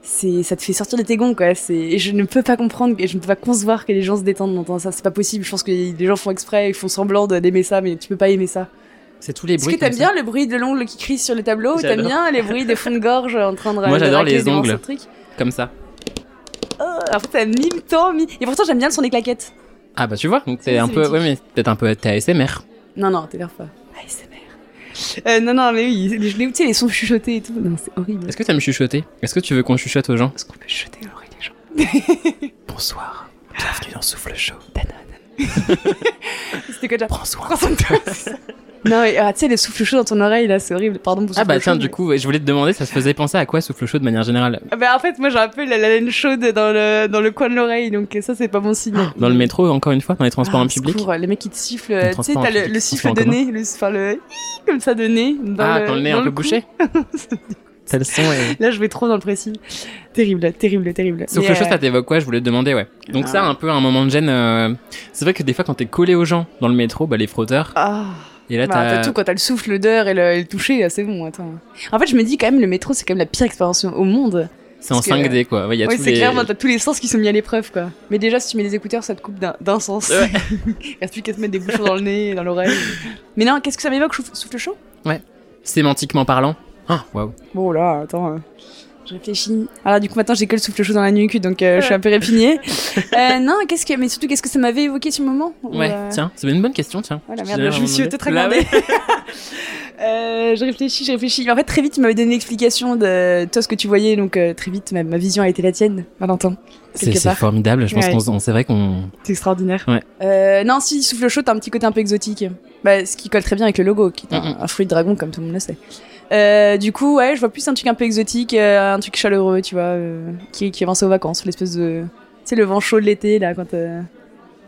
C'est, ça te fait sortir de tes gonds quoi. C'est, et je ne peux pas comprendre et je ne peux pas concevoir que les gens se détendent en entendant ça. C'est pas possible. Je pense que les gens font exprès, ils font semblant de- d'aimer ça, mais tu peux pas aimer ça. C'est tous les Est-ce bruits. que t'aimes comme ça. bien le bruit de l'ongle qui crie sur le tableau ou T'aimes J'adore. bien les bruits des fonds de gorge en train de Moi, de j'adore racler les des morceaux de ongles. trucs Comme ça. Oh, en fait, t'as mime temps, mi... Et pourtant, j'aime bien le son des claquettes. Ah bah tu vois, donc t'es C'est un peu. sémantique. Ouais, mais peut-être un peu. T'es ASMR. Non, non, t'es pas. ASMR. Euh, non, non, mais oui, les- je l'ai écouté, les sons chuchotés et tout. Non, c'est horrible. Est-ce que t'aimes chuchoter Est-ce que tu veux qu'on chuchote aux gens Est-ce qu'on peut chuchoter à l'oreille des gens Bonsoir. Bienvenue dans Souffle Chaud. C'était quoi déjà Prends soin. Prends soin de toi. Non, mais ah, tu sais, le souffle chaud dans ton oreille, là, c'est horrible. Pardon pour Ah bah souffle tiens, chaud, du mais- coup, je voulais te demander, ça se faisait penser à quoi Souffle Chaud de manière générale Ah Bah, en fait, moi, j'ai un peu la, la laine chaude dans le, dans le coin de l'oreille, donc ça, c'est pas bon signe. Dans le métro, encore une fois, dans les transports Ah, en au public secours, les mecs qui te sifflent, Les tu sais, transports en t'as le, public, le les siffle transports de en nez, le, enfin le comme ça de nez. Dans Ah, le, quand le nez est dans un peu cou. bouché T'as le son et... Là, je vais trop dans le précis. Terrible, terrible, terrible. Souffle Mais, Chaud, euh, ça t'évoque quoi Je voulais te demander, ouais. Donc Ah ça, un peu un moment de gêne. euh, C'est vrai que des fois, quand t'es collé aux gens dans le métro, bah les frotteurs, Ah, et là bah, t'as t'as... tout quand t'as le souffle, l'odeur et le, et le toucher, là, c'est bon, attends. En fait, je me dis quand même, le métro, c'est quand même la pire expérience au monde. C'est en parce que- 5D, quoi. Ouais, il y a Oui, tous c'est les- clairement, t'as tous les sens qui sont mis à l'épreuve, quoi. Mais déjà, si tu mets les écouteurs, ça te coupe d'un- d'un sens. Ouais. Reste plus qu'à se mettre des bouchons dans le nez et dans l'oreille. Mais non, qu'est-ce que ça m'évoque, souffle souffle chaud Sémantiquement parlant. Ah, waouh. Bon là, attends. euh, Je réfléchis. Alors du coup maintenant j'ai que le souffle chaud dans la nuque donc euh, je suis un peu répignée. Euh, non, qu'est-ce que mais surtout qu'est-ce que ça m'avait évoqué sur le moment Ou, Ouais, euh, tiens, c'est une bonne question, tiens. Voilà, J'ai merde, je me suis demandé. peut-être regardée. Euh, je réfléchis, je réfléchis. Mais en fait, très vite, tu m'avais donné une explication de toi ce que tu voyais, donc euh, très vite, ma, ma vision a été la tienne, Valentin. C'est Quelque c'est part. formidable. Je pense Ouais. qu'on s- on- c'est vrai qu'on. C'est extraordinaire. Ouais. Euh, non, si, souffle chaud, t'as un petit côté un peu exotique. Bah, ce qui colle très bien avec le logo, qui est un, un fruit de dragon, comme tout le monde le sait. Euh, du coup, ouais, je vois plus un truc un peu exotique, euh, un truc chaleureux, tu vois, euh, qui, qui avance aux vacances, l'espèce de. Tu sais, le vent chaud de l'été, là, quand. euh,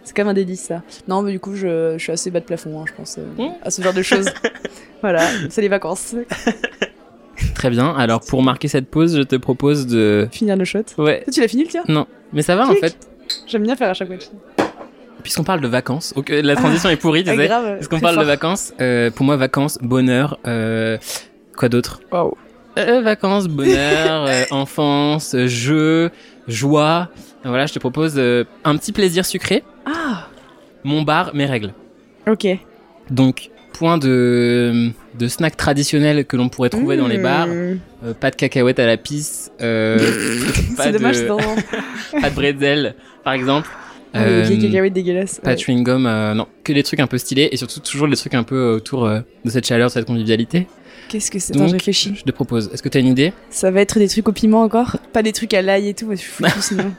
C'est comme un délice, ça. Non, mais du coup, je, je suis assez bas de plafond, hein, je pense, euh, Mm. à ce genre de choses. voilà, c'est les vacances. Très bien. Alors pour marquer cette pause, je te propose de. Finir nos shots. Ouais. Toi, tu l'as fini le tien Non. Mais ça va en Clic. fait. J'aime bien faire à chaque fois. Puisqu'on parle de vacances, ok, la transition est pourrie. Ah, désolé. grave. Est-ce qu'on très parle de fort. vacances Euh, Pour moi, vacances, bonheur. euh, quoi d'autre Waouh. Euh, Vacances, bonheur, euh, enfance, euh, jeu, joie. Voilà, je te propose euh, un petit plaisir sucré. Ah, Mon bar, mes règles. ok. Donc, point de, de snack traditionnel que l'on pourrait trouver dans les bars. Mmh. Euh, pas de cacahuètes à la pisse. euh, C'est pas, de, dommage, c'est dans. pas de bretzel, par exemple. Ah, les vieilles Euh, cacahuètes dégueulasses. pas Ouais. de chewing gum, euh, non, que des trucs un peu stylés et surtout toujours des trucs un peu euh, autour euh, de cette chaleur, de cette convivialité. Qu'est-ce que c'est Donc, Attends, je réfléchis. Je te propose. Est-ce que tu as une idée Ça va être des trucs au piment encore Pas des trucs à l'ail et tout, parce que je suis foutue sinon.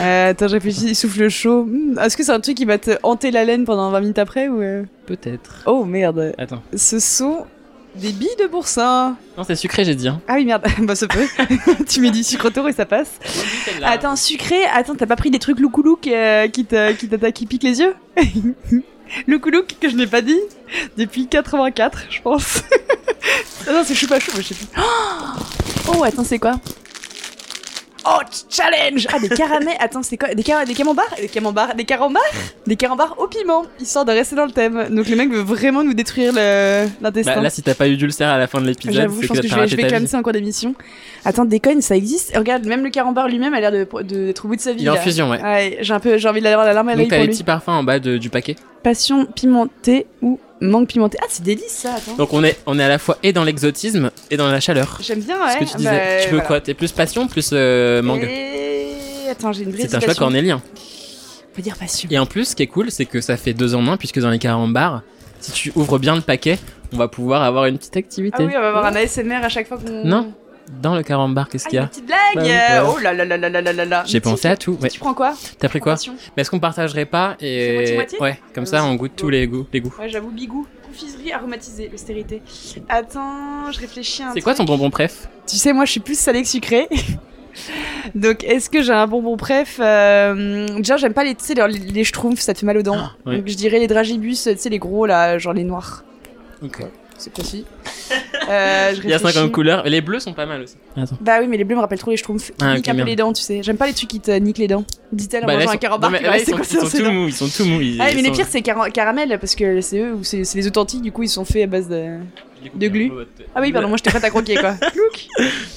Euh, attends, je réfléchis. Souffle chaud. Hmm, Est-ce que c'est un truc qui va te hanter la laine pendant 20 minutes après ou euh Peut-être. Oh merde. Attends. Ce sont des billes de boursin. Non, c'est sucré, j'ai dit. hein. Ah oui, merde. bah, ça peut. tu mets du sucre au taureau et ça passe. Attends, sucré. Attends, t'as pas pris des trucs loucoulouk euh, qui te- qui t'attaquent, qui piquent les yeux Loucoulouk, que je n'ai pas dit depuis 84, je pense. ah non, c'est choupa chou, mais je sais plus. Oh, attends, c'est quoi Oh, ch- challenge Ah, des caramels, attends, c'est quoi des, car- des camemberts Des camemberts Des carambars Des carambars au piment, histoire de rester dans le thème. Donc le mec veut vraiment nous détruire le- l'intestin. Bah, là, si t'as pas eu d'ulcère à la fin de l'épisode, J'avoue, c'est je pense que que je t'as vais, je raté vais ta vie. clamser en cours d'émission. Attends, déconne, ça existe. Et regarde, même le carambar lui-même a l'air d'être de, d'être au bout de sa vie. Il est en là. fusion, ouais. Ouais, j'ai un peu, j'ai envie d'aller voir la larme à l'œil Donc pour t'as les lui. petits parfums en bas de- du paquet. Passion pimentée ou mangue pimentée. Ah, c'est délice ça, attends. Donc on est, on est à la fois et dans l'exotisme et dans la chaleur. J'aime bien, ouais. Ce que tu disais. Bah, tu veux voilà. quoi T'es plus passion, plus euh, mangue. Et... Attends, j'ai une vraie C'est un choix hésitation. cornélien. On peut dire passion. Et en plus, ce qui est cool, c'est que ça fait deux en un, puisque dans les carambars, si tu ouvres bien le paquet, on va pouvoir avoir une petite activité. Ah oui, on va avoir un ASMR à chaque fois qu'on. Non. Dans le carambar, qu'est-ce Ah, qu'il y une a petite blague Bah oui, euh, ouais. Oh là là là là là là là là J'ai Mais pensé tu- à tout. ouais. Tu prends quoi T'as pris quoi Passion. Mais est-ce qu'on partagerait pas C'est et moitié-moitié ouais, comme Ah, ça vas-y. on goûte tous les goûts, les goûts. Ouais, j'avoue, bigou. Confiserie aromatisée, austérité. Attends, je réfléchis un C'est quoi ton bonbon préf Tu sais, moi, je suis plus salée que sucrée. Donc, est-ce que j'ai un bonbon préf Euh, Déjà, j'aime pas les, tu sais, les, les schtroumpfs, ça te fait mal aux dents. ouais. Donc, je dirais les dragibus, tu sais, les gros, là, genre les noirs. Ok. C'est précis. Euh, je Il y a réfléchis. 50 couleurs, et les bleus sont pas mal aussi. Attends. Bah oui, mais les bleus me rappellent trop les schtroumpfs. Ils Ah, ok, niquent un peu merde. les dents, tu sais. J'aime pas les trucs qui te niquent les dents. Dit-elle en Bah, là, ils mangeant sont- un carambar. non, mais qui là, va ils rester sont, coincé ils dans sont ses tout dents. mous, ils sont tout mous. ils- Ah, ils mais les sont- pires, c'est car- caramel, parce que c'est eux ou c'est c'est les authentiques, du coup, ils sont faits à base de. Je les coupe de bien, glu. je vois votre- Ah oui, pardon, moi j'étais prête à croquer quoi. Clouc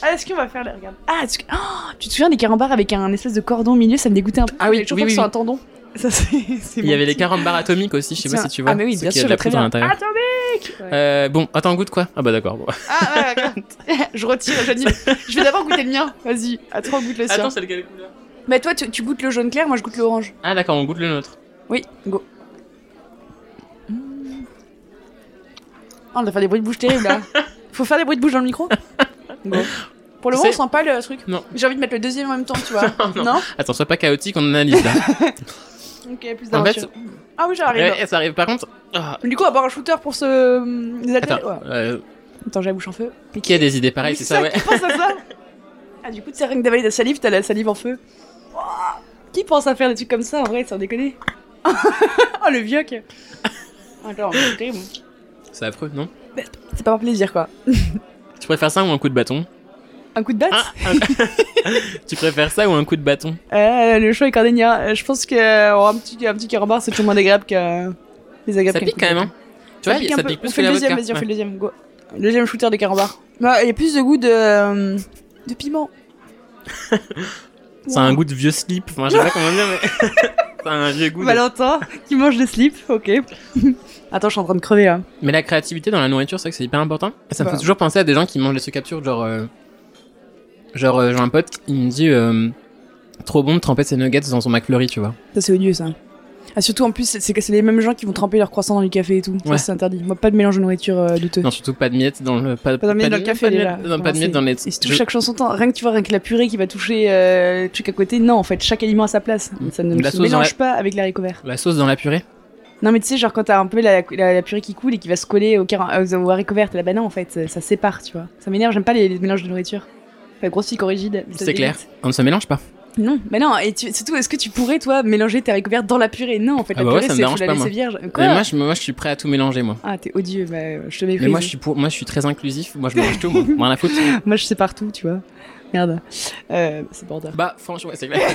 Ah, est-ce qu'on va faire les. Regarde. Ah, est-ce que- Oh, tu te souviens des carambars avec un espèce de cordon au milieu Ça me dégoûtait un peu. Ah oui, J'avais toujours oui, peur que oui, ce soit oui. un tendon. Ça, c'est. c'est Il mon y avait les petit- carambars atomiques aussi, je sais pas Tiens. si tu vois. Ah, mais oui, ceux bien qui a sûr, de la très poudre à bien. l'intérieur. Atomique Ouais. Euh, bon, attends, goûte quoi Ah bah d'accord. bon. Ah, ouais, regarde. je retire, je dis. Je vais d'abord goûter le mien. Vas-y, à toi, on goûte le sien. Attends, c'est lequel couleur Mais toi, tu, tu goûtes le jaune clair, moi je goûte l'orange. Ah d'accord, on goûte le nôtre. Oui, go. Mmh. Ah, on doit faire des bruits de bouche terribles là. Faut faire des bruits de bouche dans le micro Go. Pour le moment, on Tu sais- sent pas le truc. Non. J'ai envie de mettre le deuxième en même temps, tu vois. Non. non Attends, sois pas chaotique, on analyse là. Ok, plus en fait, d'aventure. Ah oui, j'arrive. ouais, ça arrive. Par contre, ah, Du coup, on va boire un shooter pour se. Les alter- attends, Eh, ouais. euh, Attends, j'ai la bouche en feu. Mais qui a des idées pareilles, Oui, c'est ça, ouais. Qui pense à ça Ah, du coup, tu sais, rien que d'avaler de la salive, t'as la salive en feu. Ouah qui pense à faire des trucs comme ça en vrai, sans déconner Oh, le vieux que. Attends, c'est terrible. C'est affreux, non C'est pas un plaisir quoi. Tu préfères ça ou un coup de bâton Un coup de batte Ah, un- tu préfères ça ou un coup de bâton Euh, Le choix est cornélien. Euh, Je pense que euh, un petit, un petit carambar, c'est toujours moins désagréable que. Désagréable Ça qu'un pique coup quand de même, bâton. hein Tu vois, un ça peu. pique on plus que fait le la deuxième, vodka. vas-y, on Ouais. fait le deuxième, go. Deuxième shooter de carambar. Bah, il y a plus de goût de. euh, de piment. Ça a un goût de vieux slip. Enfin, je sais pas comment dire, mais. Ça a un vieux goût. de- Valentin qui mange des slips, ok. Attends, je suis en train de crever hein. là. Mais la créativité dans la nourriture, c'est vrai que c'est hyper important. Et ça me Bah. fait toujours penser à des gens qui mangent des sous-captures, genre. euh, Genre, euh, j'ai un pote, il me dit. euh, Trop bon de tremper ses nuggets dans son McFlurry, tu vois. Ça, c'est odieux ça. Ah, surtout en plus, c'est c'est que c'est les mêmes gens qui vont tremper leur croissant dans le café et tout. Ça, Ouais. c'est interdit. Moi, pas de mélange de nourriture euh, douteuse. Non, surtout pas de miettes dans le. Pas, Pas de miettes dans le café, pas de les gars. miettes- non, pas de Vraiment, miettes dans les. Et surtout, chaque chanson temps, rien que tu vois, rien que la purée qui va toucher euh, le truc à côté, non, en fait, chaque aliment à sa place. Ça ne La se sauce dans mélange la- pas avec l'haricot vert. La sauce dans la purée Non, mais tu sais, genre quand t'as un peu la, la- la purée qui coule et qui va se coller au, car- aux- au haricot vert, t'es là, bah non, en fait, ça, ça sépare, tu vois. Ça m'énerve, j'aime pas les, les mélanges de nourriture. Enfin, grosse fico rigide. mais ça C'est clair. m'énerve. On ne se mélange pas. Non, bah non, et tu- surtout, est-ce que tu pourrais, toi, mélanger tes haricots verts dans la purée Non, en fait, Ah la bah ouais, purée, ça me c'est faut dérange la pas, laisser moi. vierge. Quoi Mais moi je, moi, je suis prêt à tout mélanger, moi. Ah, t'es odieux, bah, euh, je te Mais méprise. moi, je suis pour... moi, je suis très inclusif. Moi, je mélange tout, moi. Moi, rien à foutre. Moi, je sais partout, tu vois. Merde. Euh, c'est border. Bah, franchement, c'est clair.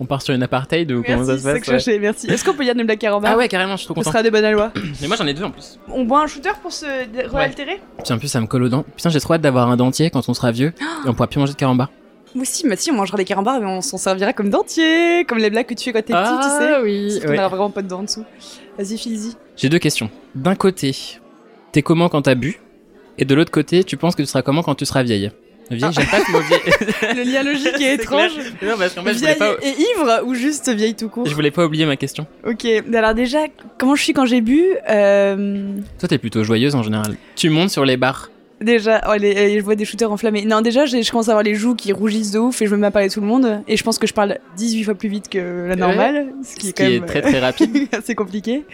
On part sur une apartheid ou comment ça Merci, se c'est passe que je cherchais, merci. Est-ce qu'on peut y aller de Black Carambar Ah ouais, carrément, je suis trop Bah Ce content. sera des bonnes lois. Mais moi, j'en ai deux en plus. On boit un shooter pour se dé- réaltérer Putain, en plus, ça me colle aux dents. Putain, j'ai trop hâte d'avoir un dentier quand on sera vieux. Et on pourra plus manger de caramba. Oui, si, mais si, on mangera des carambars mais on s'en servira comme dentier, comme les blagues que tu fais quand t'es petit, tu sais. Ah oui. Parce qu'on aura vraiment pas de dents en dessous. Vas-y, file-y. J'ai deux questions. D'un côté, t'es comment quand t'as bu Et de l'autre côté, tu penses que tu seras comment quand tu seras vieille Vieille, j'aime pas ce mot vieille. Le lien logique est C'est étrange. clair. non, parce qu'en fait, je voulais, Vieille pas... et ivre ou juste vieille tout court je voulais pas oublier ma question. Ok, alors déjà, comment je suis quand j'ai bu Euh, Toi, t'es plutôt joyeuse en général. Tu montes sur les bars. Déjà, oh, les- euh, je vois des shooters enflammés. Non, déjà, j'ai- je commence à avoir les joues qui rougissent de ouf et je me mets à parler à tout le monde. Et je pense que je parle 18 fois plus vite que la normale, ce qui Ce est qui quand même euh, est très très rapide. assez compliqué.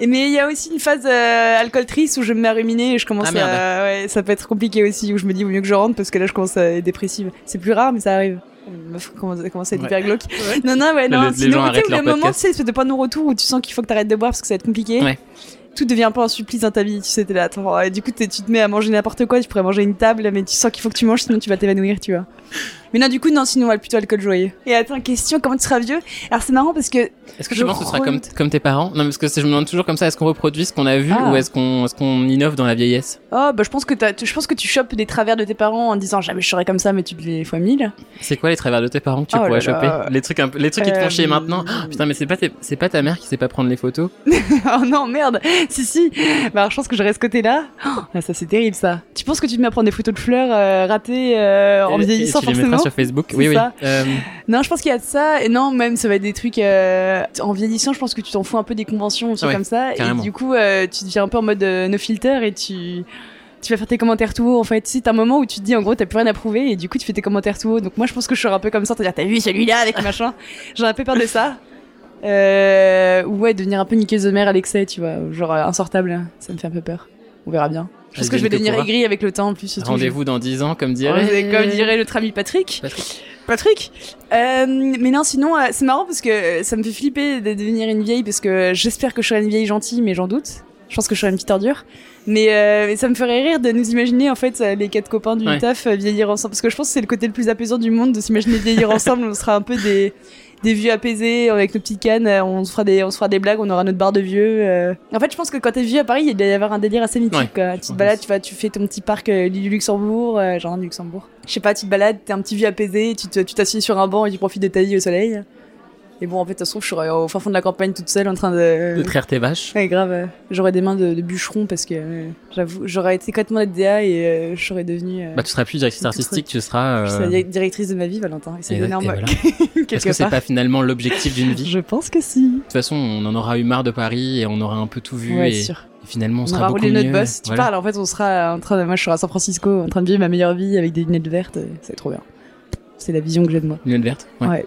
Et mais il y a aussi une phase euh, alcool triste où je me mets à ruminer et je commence Ah, merde. à. Ouais, ça peut être compliqué aussi, où je me dis, vaut mieux que je rentre parce que là, je commence à être dépressive. C'est plus rare, mais ça arrive. Une Meuf commence commence à être Ouais. hyper glauque. Non, non, ouais, Là, non. les- les sinon, gens tu sais, arrêtent le leur moment, podcast. tu sais, espèce de point de retour où tu sens qu'il faut que t'arrêtes de boire parce que ça va être compliqué. Ouais. Tout devient un peu insupplice dans ta vie, tu sais, t'es là, attends, et du coup, t'es- tu te mets à manger n'importe quoi, tu pourrais manger une table, mais tu sens qu'il faut que tu manges, sinon tu vas t'évanouir, tu vois. Mais non, du coup, non, sinon, on va plutôt alcool joyeux. Et attends, question, comment tu seras vieux Alors, c'est marrant parce que Est-ce que tu Je penses que ce sera comme, crois- comme tes parents Non, parce que c'est- je me demande toujours comme ça, est-ce qu'on reproduit ce qu'on a vu Ah. ou est-ce qu'on est qu'on innove dans la vieillesse Oh, bah, je pense que t'as- tu- je pense que tu chopes des travers de tes parents en disant jamais je serai comme ça, mais tu te les fois mille. C'est quoi les travers de tes parents que tu Oh là pourrais là. choper Les trucs, un peu- les trucs qui te font chier Euh, maintenant Oh, Putain, mais c'est pas, tes- c'est pas ta mère qui sait pas prendre les photos oh non, merde. Si, si. Bah, alors, je pense que j'aurai ce côté-là. Oh, ah, ça, c'est terrible, ça. Tu penses que tu te mets à prendre des photos de fleurs euh, ratées euh, en Et- et vieillissant, tu les mettras forcément sur Facebook C'est Oui, oui. ça. Euh, Non, je pense qu'il y a de ça. Et non, même, ça va être des trucs. euh, en vieillissant, je pense que tu t'en fous un peu des conventions, des trucs Ouais, comme ça. carrément. Et du coup, euh, tu deviens un peu en mode euh, no filter et tu. Tu vas faire tes commentaires tout haut, en fait. Si t'as un moment où tu te dis, en gros, t'as plus rien à prouver, et du coup, tu fais tes commentaires tout haut. Donc, moi, je pense que je serai un peu comme ça, c'est-à-dire, t'as vu celui-là avec machin. J'aurais un peu peur de ça. Euh, ou ouais, devenir un peu niqueuse de mer à l'excès, tu vois. Genre, euh, insortable. Ça me fait un peu peur. On verra bien. Je pense que je vais Advienne que devenir pourra. aigrie avec le temps, en plus. surtout. Rendez-vous dans 10 ans, comme Oh, dirait. c'est Comme dirait notre ami Patrick. Patrick. Patrick Euh, Mais non, sinon, euh, c'est marrant parce que euh, ça me fait flipper de devenir une vieille parce que j'espère que je serai une vieille gentille, mais j'en doute. Je pense que je serai une petite ordure. Mais, euh, mais ça me ferait rire de nous imaginer, en fait, euh, les quatre copains du Ouais. taf euh, vieillir ensemble. Parce que je pense que c'est le côté le plus apaisant du monde de s'imaginer vieillir ensemble. On sera un peu des, des vieux apaisés avec nos petites cannes. euh, On se, fera des, on se fera des blagues, on aura notre barre de vieux. euh. En fait, je pense que quand t'es vieux à Paris, il doit y avoir un délire assez mythique. Ouais. quoi. Tu te balades, tu vas, tu fais ton petit parc euh, du Luxembourg, euh, genre du Luxembourg. Je sais pas, tu te balades, t'es un petit vieux apaisé, tu te- tu t'assieds sur un banc et tu profites de ta vie au soleil. Et bon, en fait, ça se trouve, je serais au fin fond de la campagne toute seule en train De de. traire tes vaches. Ouais, grave, euh, j'aurais des mains de, de bûcheron parce que euh, j'avoue, j'aurais été complètement la DA et euh, je serais devenue. euh, Bah, tu seras plus directrice Une artistique, tu seras. je euh, serais la directrice de ma vie, Valentin. Et c'est et- et énorme, voilà. quelque Est-ce que c'est part. pas finalement l'objectif d'une vie De Je pense que si. toute façon, on en aura eu marre de Paris et on aura un peu tout vu ouais, et, sûr. et finalement on, On sera aura beaucoup roulé notre mieux. boss. Tu Voilà. parles, en fait, on sera en train de. Moi, je serai à San Francisco, en train de vivre ma meilleure vie avec des lunettes vertes. euh, C'est trop bien. C'est la vision que j'ai de moi. Lunettes vertes. Ouais. Ouais.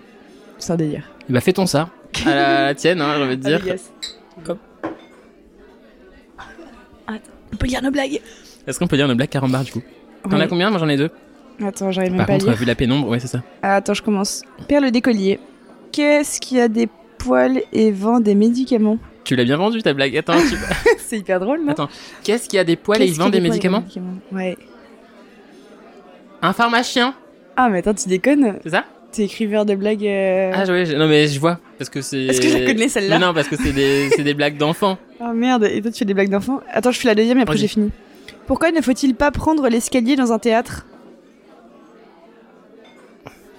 C'est un délire. Et Bah, fais-ton ça. À la, la tienne, hein, j'ai envie de dire. Ah, yes. On peut lire nos blagues. Est-ce qu'on peut dire nos blagues carambars du coup T'en Ouais. as combien Moi j'en ai deux. Attends, j'arrive même Par pas à contre, lire. vu la pénombre, ouais, c'est ça. Ah, attends, je commence. Perle d'écolier. Qu'est-ce qui a des poils et vend des médicaments Tu l'as bien vendu ta blague. Attends, tu- C'est hyper drôle, non Attends, qu'est-ce qu'il y a des poils et Qu'est-ce ils vendent qui a des poils et vend médicaments des médicaments Ouais. Un pharmacien, Ah, mais attends, tu déconnes c'est ça T'es écriveur de blagues. euh, Ah ouais, je- non mais je vois parce que c'est. Est-ce que je la connais Mais celle-là non parce que c'est des, c'est des blagues d'enfants. Ah merde, et toi tu fais des blagues d'enfants Attends, je fais la deuxième et après Vas-y. j'ai fini. Pourquoi ne faut-il pas prendre l'escalier dans un théâtre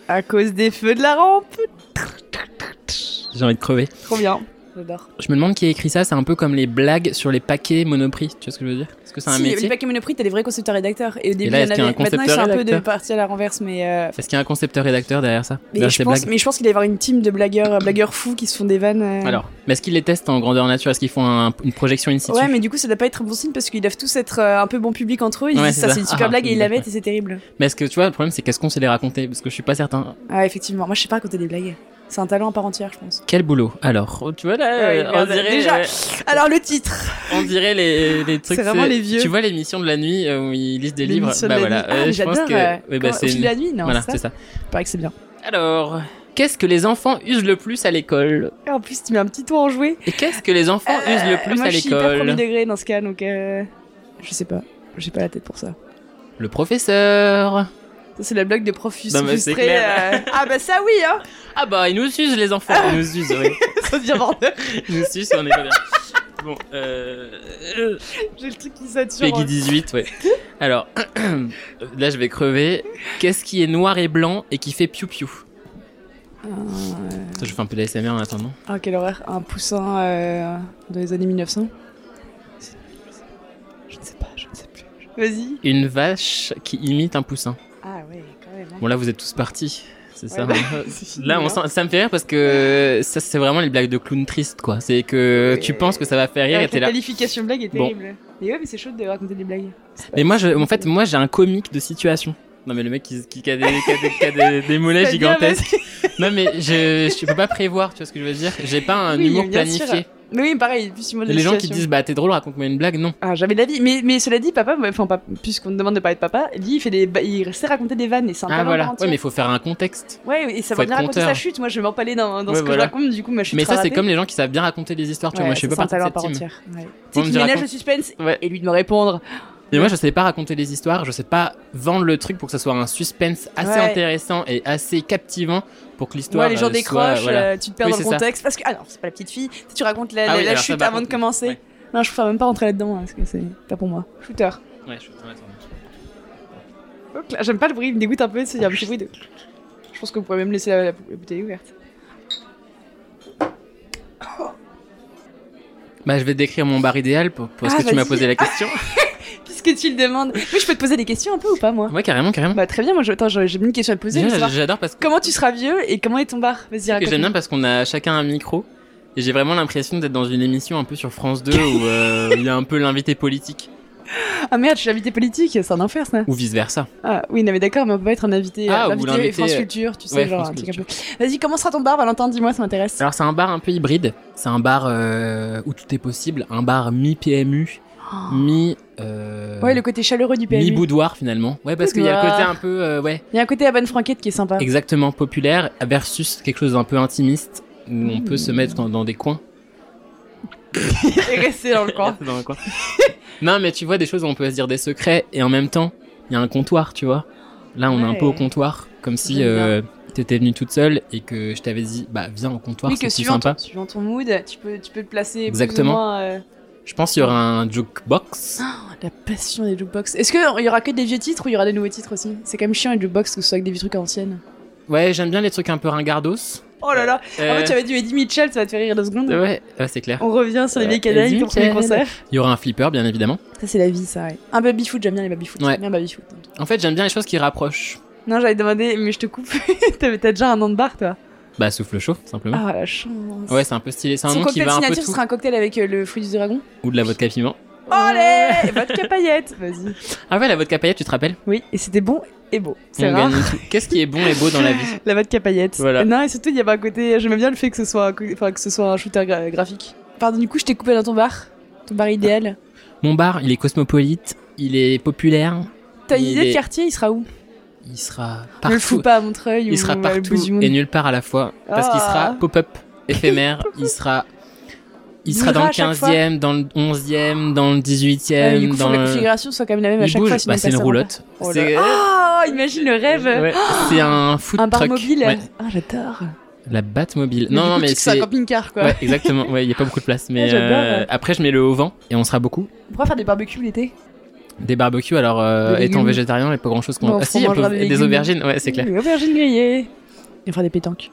À cause des feux de la rampe J'ai envie de crever. Trop bien. J'adore. Je me demande qui a écrit ça, c'est un peu comme les blagues sur les paquets Monoprix, tu vois ce que je veux dire Est-ce que c'est un si, métier les paquets Monoprix, t'as des vrais concepteurs-rédacteurs. Et au début, là, il y en est-ce qu'il y a avait- un maintenant, ils sont un peu de concepteur-rédacteur partie à la renverse, mais. euh, Est-ce qu'il y a un concepteur-rédacteur derrière ça Mais Derrière je, ces pense, blagues mais je pense qu'il doit y avoir une team de blagueurs, euh, blagueurs fous qui se font des vannes. euh. Alors, mais est-ce qu'ils les testent en grandeur nature Est-ce qu'ils font un- une projection in situ Ouais, mais du coup, ça doit pas être un bon signe parce qu'ils doivent tous être euh, un peu bon public entre eux. Ils Ouais, disent c'est ça, ça. c'est une super Ah, blague et ils la mettent ouais. et c'est terrible. Mais est-ce que tu vois, le problème c'est qu'est-ce qu'on sait les raconter Parce que je suis pas certain. Ah, effectivement. Moi, je sais pas raconter des blagues. C'est un talent à part entière, je pense. Quel boulot Alors, oh, tu vois là, Ouais, euh, on regarde, dirait, déjà. euh, Alors, le titre on dirait les, les trucs. C'est vraiment les vieux. Tu vois l'émission de la nuit euh, où ils lisent des livres L'émission de Bah la voilà, nuit. Ah, euh, mais je pense j'adore, que. euh, ouais, bah, quand- au fil de la nuit, non voilà, c'est c'est ça ça. Il paraît que c'est bien. Alors, qu'est-ce que les enfants usent le plus à l'école Et en plus, tu mets un petit ton enjoué. Et qu'est-ce que les enfants usent le plus Euh, moi, à je suis hyper premier l'école degré dans ce cas, donc. euh, Je sais pas. J'ai pas la tête pour ça. Le professeur. Ça, c'est la blague de prof Non, mais c'est frustré, clair. euh, Ah, bah ça, oui, hein Ah bah, ils nous usent les enfants. Ah. Ils nous usent, oui. Ça devient bordel. Ils nous usent, on est pas bien. Bon, euh... euh, J'ai le truc qui sature. Peggy 18, ouais. Alors, là, je vais crever. Qu'est-ce qui est noir et blanc et qui fait piou-piou Je fais un peu d'ASMR en attendant. Ah, quelle horreur, un poussin euh, dans les années 1900 Je ne sais pas, je ne sais plus. Vas-y. Une vache qui imite un poussin. Ah ouais, quand même. hein. Bon, là, vous êtes tous partis. C'est ça. Ouais, bah, hein. c'est fini, Là, hein. on sent- ça me fait rire parce que ça, c'est vraiment les blagues de clown triste, quoi. C'est que tu penses que ça va faire rire et Avec t'es la là. qualification blague est Bon. terrible. Mais ouais, mais c'est chaud de raconter des blagues. C'est pas- Mais moi, je, en fait, moi, j'ai un comique de situation. Non, mais le mec qui, qui, qui a des, qui a des- qui a des- des mollets C'est bien, gigantesques. Non, mais je, je peux pas prévoir, tu vois ce que je veux dire. J'ai pas un Oui, humour bien sûr. planifié. Mais oui, pareil, plus tu montes Les la gens qui situation. disent, bah, t'es drôle, raconte-moi une blague, non. Ah, jamais de la vie. Mais, mais cela dit, papa, ouais, enfin, pas- puisqu'on te demande de parler de papa, lui, il, fait des, ba- il sait raconter des vannes et c'est un Ah, talent voilà. par Ouais, entière. mais il faut faire un contexte. Ouais, et ça faut va être bien raconter conteur. sa chute. Moi, je vais m'empaler dans, dans Ouais, ce que voilà. je raconte, du coup, ma chute Mais ça, c'est ratée. comme les gens qui savent bien raconter des histoires, tu vois. Ouais, Moi, je ça, fais pas c'est un partie de talent à cette part team. entière. Ouais. Bon, Tu on sais, tu me ménages raconte- le suspense Ouais. et lui de me répondre. Et moi, je savais pas raconter les histoires, je sais pas vendre le truc pour que ça soit un suspense assez Ouais. intéressant et assez captivant pour que l'histoire. Ouais, les gens euh, soit, décrochent, voilà. euh, tu te perds Oui, dans le c'est ça. contexte. Parce que, ah non, c'est pas la petite fille. Tu racontes la, Ah la- oui, la alors ça, chute par avant de contre, commencer. ouais. Non, je préfère même pas rentrer là-dedans, hein, parce que c'est pas pour moi. Shooter. Ouais, je suis en train d'attendre. Hop là, J'aime pas le bruit, il me dégoûte un peu, c'est un petit bruit de. Je pense qu'on pourrait même laisser la, la bouteille ouverte. Bah, je vais te décrire mon bar idéal pour, pour- parce Ah, que tu m'as vas-y. posé la question. Qu'est-ce que tu le demandes Mais je peux te poser des questions un peu ou pas, moi ouais, carrément, carrément. Bah, très bien, moi, je- attends, j'ai j'ai mis une question à te poser. Déjà, mais savoir J'adore parce que, Comment tu seras vieux et comment est ton bar Vas-y, que raconte. j'aime bien parce qu'on a chacun un micro et j'ai vraiment l'impression d'être dans une émission un peu sur France 2 où euh, il y a un peu l'invité politique Ah merde, je suis invité politique, c'est un enfer ça. ou vice versa. Ah oui, non mais d'accord, mais on peut pas être un invité, Ah, euh, ou l'invité l'invité, France euh, Culture, tu sais, ouais, genre France un truc un peu. Vas-y, comment sera ton bar, Valentin Dis-moi, ça m'intéresse. Alors, c'est un bar un peu hybride, c'est un bar euh, où tout est possible, un bar mi-PMU, mi. euh, Oh. Ouais, le côté chaleureux du PMU. Mi-boudoir finalement. Ouais, parce qu'il y a le côté Boudoir. un peu, euh, ouais, Il y a un côté à bonne franquette qui est sympa. exactement populaire versus quelque chose d'un peu intimiste où on peut se mettre dans, dans des coins. Et rester dans le coin. Dans un coin. non, mais tu vois des choses où on peut se dire des secrets et en même temps, il y a un comptoir, tu vois. Là, on est un Ouais. peu au comptoir, comme si J'aime bien. euh, t'étais venue toute seule et que je t'avais dit, bah viens au comptoir, Oui, c'est que plus suivant sympa. ton, suivant ton mood, tu peux, tu peux te placer plus ou Exactement. moins, euh, Je pense qu'il y aura un jukebox. La passion des jukebox. Est-ce qu'il y aura que des vieux titres ou il y aura des nouveaux titres aussi C'est quand même chiant les jukebox que ce soit avec des vieux trucs à l'ancienne. Ouais, j'aime bien les trucs un peu ringardos. Oh là là En Euh, fait, tu avais dit Eddie Mitchell, ça va te faire rire deux secondes. ouais, ouais, c'est clair. On revient sur les Euh, vieilles canailles Eddie pour les Mitchell. concerts. Il y aura un flipper, bien évidemment. Ça, c'est la vie, ça, ouais. Un baby-foot, j'aime bien les baby-foot. Ouais. J'aime bien baby-foot. En fait, j'aime bien les choses qui rapprochent. Non, j'avais demandé, mais je te coupe. T'as t'as déjà un nom de bar, toi Bah, souffle chaud, simplement. Ah, la chance. Ouais, c'est un peu stylé. C'est un Son nom qui cocktail va un peu signature tout. sera un cocktail avec euh, le fruit du dragon. Ou de la vodka piment. Allez Vodka paillette Vas-y. Ah ouais, la vodka paillette, tu te rappelles Oui, et c'était bon et beau. C'est On rare. gagne tout. Qu'est-ce qui est bon et beau dans la vie La vodka paillette. Voilà. Non, et surtout, il y avait un côté. J'aimais bien le fait que ce soit un, co- enfin, que ce soit un shooter gra- graphique. Pardon, du coup, je t'ai coupé dans ton bar. Ton bar idéal. Mon bar, il est cosmopolite, il est populaire, T'as une Il idée est de quartier Il sera où il sera Ne le fous partout. pas à Montreuil. Il sera ou à l'autre bout partout du monde. et nulle part à la fois. Parce qu'il Ah. sera pop-up, éphémère, il sera. Il Il sera ira dans le à chaque 15e, dans le 11e, dans le Ah, 18e, mais du coup, faut dans que la le. configuration soit quand même la même à Il chaque bouge, fois. sinon bah, c'est une ça sera roulotte. pas. Oh là C'est là. Oh, imagine le rêve Ouais, c'est un food Un bar truck. mobile Ouais, Ah, j'adore La batte mobile. non, non, mais c'est un c'est. camping-car, quoi. Ouais, exactement. Ouais, il n'y a pas beaucoup de place. Mais Ah, j'adore, euh, ouais. après, je mets le auvent et on sera beaucoup. On pourra faire des barbecues l'été. Des barbecues, alors euh, Des étant légumes. végétarien, il n'y a pas grand chose qu'on. Bon, ah si, on il y a mangera peu- des des, légumes. aubergines, ouais, c'est clair. Aubergine grillée. Et on fera des pétanques.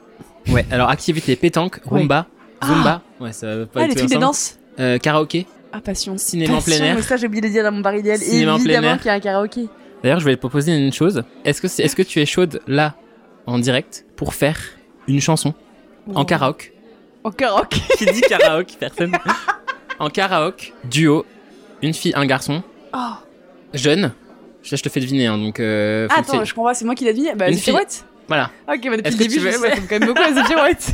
Ouais, alors activité pétanque, rumba. Zumba. ouais, ça va pas Ah, être les trucs des ensemble. danses. Euh, karaoké. Ah, passion. Cinéma en plein Passion, air. mais ça, j'ai oublié de le dire dans mon bar idéal. Cinéma en plein Évidemment air. qu'il y a un karaoké. D'ailleurs, je vais te proposer une chose. Est-ce que, c'est- est-ce que tu es chaude là, en direct, pour faire une chanson en karaoke En Oh. karaoke. Qui dit karaoke Personne. en karaoke, duo, une fille, un garçon, Oh. jeune. Je, je te fais deviner, hein, donc. euh, faut que Attends, c'est- je comprends pas, c'est moi qui l'ai deviné. Bah, Une Sophie fille. Watt. Voilà. Ok, bah, depuis le Est-ce que début, tu je veux- sais pas, quand même beaucoup à Sophie Watt.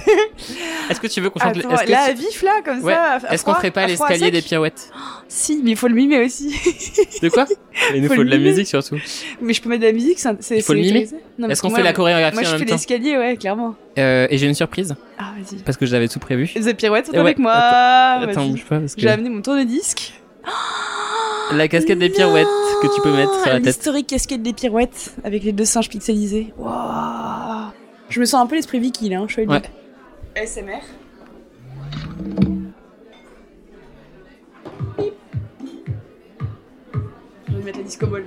Est-ce que tu veux qu'on chante les- Attends, Est-ce que là, tu- à vif, là, comme Ouais. ça. à est-ce qu'on froid- ferait pas à froid, à l'escalier sec des pirouettes Si, mais il faut le mimer aussi. De quoi Il nous Faut faut le de la mimer. musique surtout. mais je peux mettre de la musique, c'est. c'est- Il faut le c'est mimer. autorisé Non, mais Est-ce qu'on moi, fait la chorégraphie Moi, en je même fais temps l'escalier, ouais, clairement. Euh, Et j'ai une surprise Ah, vas-y. parce que j'avais tout prévu. The Pirouette, Ouais, retourne avec moi. Ah, Attends, vas-y. bouge pas parce que J'ai amené mon tourne-disque. la casquette des pirouettes que tu peux mettre sur Ah, la tête. L'historique casquette des pirouettes avec les deux singes pixelisés. Waouh. Je me sens un peu l'esprit Vicky là, hein, je suis Ouais. SMR. Je vais mettre la disco ball.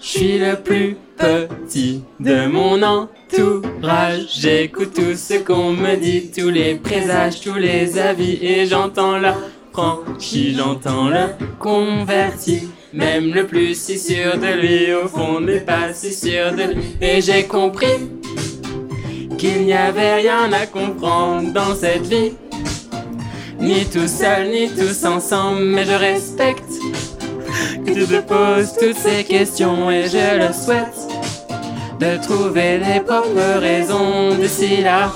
Je suis le plus petit de mon entourage. J'écoute tout ce qu'on me dit, tous les présages, tous les avis. Et j'entends la franchi, j'entends le converti. Même le plus si sûr de lui, au fond n'est pas si sûr de lui. Et j'ai compris qu'il n'y avait rien à comprendre dans cette vie. Ni tout seul, ni tous ensemble, mais je respecte que tu te poses toutes ces questions et je le souhaite de trouver les propres raisons d'ici là.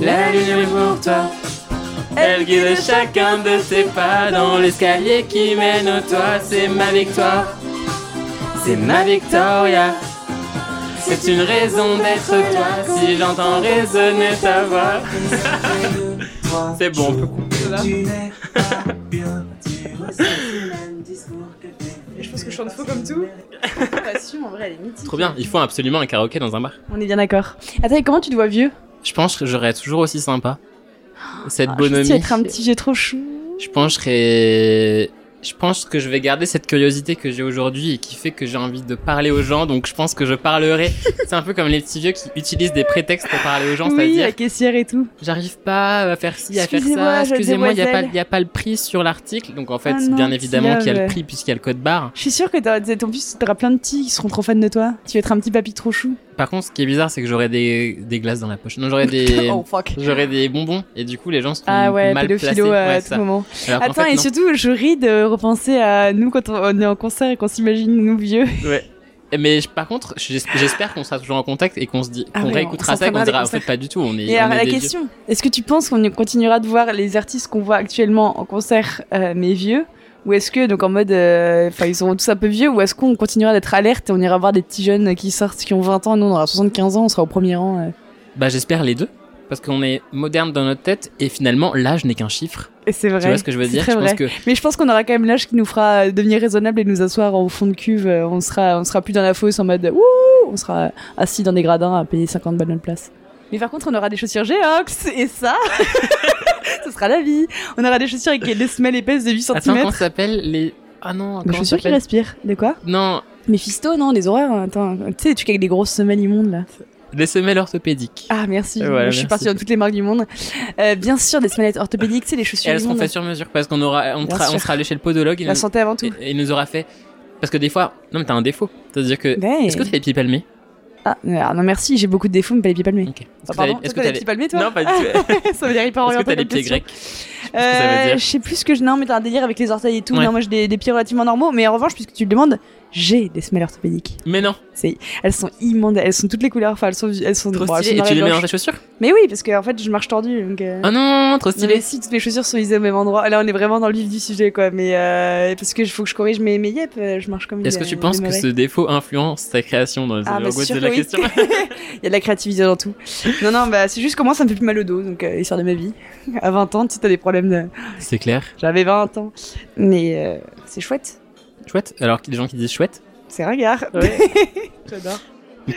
La lune est pour toi. Elle guide chacun de ses pas dans l'escalier qui mène au toit. C'est ma victoire, c'est ma victoria. C'est une raison d'être toi si j'entends résonner ta voix. c'est bon, on peut couper Je pense que je chante faux comme tout. Passion, en vrai, elle est mythique. Trop bien, il faut absolument un karaoké dans un bar. On est bien d'accord. Attends, et comment tu te vois vieux Je pense que j'aurais toujours aussi sympa. Cette Ah, Je bonhomie. suis être un petit vieux trop chou. Je pense que je serais- je pense que je vais garder cette curiosité que j'ai aujourd'hui et qui fait que j'ai envie de parler aux gens. Donc je pense que je parlerai. C'est un peu comme les petits vieux qui utilisent des prétextes pour parler aux gens, Oui, c'est-à-dire la caissière et tout. j'arrive pas à faire ci, à faire Excusez-moi, ça. jeune Excusez-moi, il y a pas demoiselle. il y a pas le prix sur l'article. Donc en fait, Ah non, bien évidemment qu'il y a le diable. prix puisqu'il y a le code barre. Je suis sûre que t'auras- ton fils, t'auras plein de petits qui seront trop fans de toi. Tu vas être un petit papy trop chou. Par contre, ce qui est bizarre, c'est que j'aurais des des glaces dans la poche. Non, j'aurais des Oh fuck. J'aurais des bonbons et du coup les gens sont Ah ouais, mal placés. pédophilo à Ouais, tout ça. moment. Alors qu'en Attends, fait, et non. surtout, je ris de repenser à nous quand on- on est en concert et qu'on s'imagine nous vieux. Mais je- par contre, j'es- j'espère qu'on sera toujours en contact et qu'on se dit, Ah qu'on ouais, réécoutera on ça et qu'on s'entraînera dira des en fait pas du tout. On est, Et on alors, la est des question, est-ce que tu penses qu'on continuera de voir les artistes qu'on voit actuellement en concert, euh, mais vieux Ou est-ce que, donc en mode, euh, enfin, ils seront tous un peu vieux, ou est-ce qu'on continuera d'être alerte et on ira voir des petits jeunes qui sortent, qui ont 20 ans, nous on aura 75 ans, on sera au premier rang euh. vieux. Bah j'espère les deux parce qu'on est moderne dans notre tête et finalement l'âge n'est qu'un chiffre. Et c'est vrai. Tu vois ce que je veux c'est dire très Je pense vrai. que Mais je pense qu'on aura quand même l'âge qui nous fera euh, devenir raisonnable et nous asseoir au fond de cuve. euh, On sera, on sera plus dans la fosse en mode wouh, on sera assis dans des gradins à payer 50 balles notre place. Mais par contre, on aura des chaussures Geox et ça, ce sera la vie. On aura des chaussures avec des semelles épaisses de 8 attends cm. comment ça s'appelle les ah non Des comment ça chaussures qui s'appelle respirent. De quoi Non, Mais Fisto, non, les horreurs. hein, Attends, tu sais, les trucs avec des grosses semelles immondes là. des semelles orthopédiques. Ah, merci. Et voilà, je suis merci. partie dans toutes les marques du monde. Euh, bien sûr, des semelles orthopédiques, tu sais, les Et chaussures elles seront immondes. faites sur mesure parce qu'on aura on, Bien tra- on sûr. sera allé chez le podologue et, La nous, santé avant tout. et- et il nous aura fait parce que des fois non mais t'as un défaut. C'est-à-dire que Ouais. est-ce que t'as les pieds palmés Ah, euh, non, merci, j'ai beaucoup de défauts, mais pas les pieds palmés. Ok. Est-ce Ah, que t'as les- pardon, est-ce toi, t'as les que t'as pieds palmés, les- toi Non pas du tout. Ça veut dire hyper Est-ce que oriental t'as les comme pieds question. grecs ce que ça veut Euh, dire. Je sais plus ce que je... Non, mais t'as un délire avec les orteils et tout. Ouais. Non, moi, j'ai des, des pieds relativement normaux. Mais en revanche, puisque tu le demandes, j'ai des semelles orthopédiques. Mais non, Elles sont immondes. Elles sont toutes les couleurs. Enfin, elles sont... Elles sont, trop bon, elles stylé. Et sont tu les mets noires dans blanches. tes chaussures Mais oui, parce que en fait, je marche tordue. Donc, euh... Ah non, trop non, stylé. mais si toutes mes chaussures sont lisées au même endroit. Là, on est vraiment dans le vif du sujet, quoi. Mais euh, parce que faut que je corrige mes, mes yep, euh, je marche comme. une- Est-ce que tu une penses que démarrée. ce défaut influence ta création dans le Ah, bah, logo c'est sûr de que la oui. question Il y a de la créativité dans tout. Non, non, bah c'est juste que moi, ça me fait plus mal au dos. Donc, euh, histoire de ma vie. À 20 ans, tu sais, t'as des problèmes de. C'est clair. J'avais 20 ans. Mais euh, c'est chouette. Chouette. Alors, les gens qui disent chouette. C'est ringard. J'adore.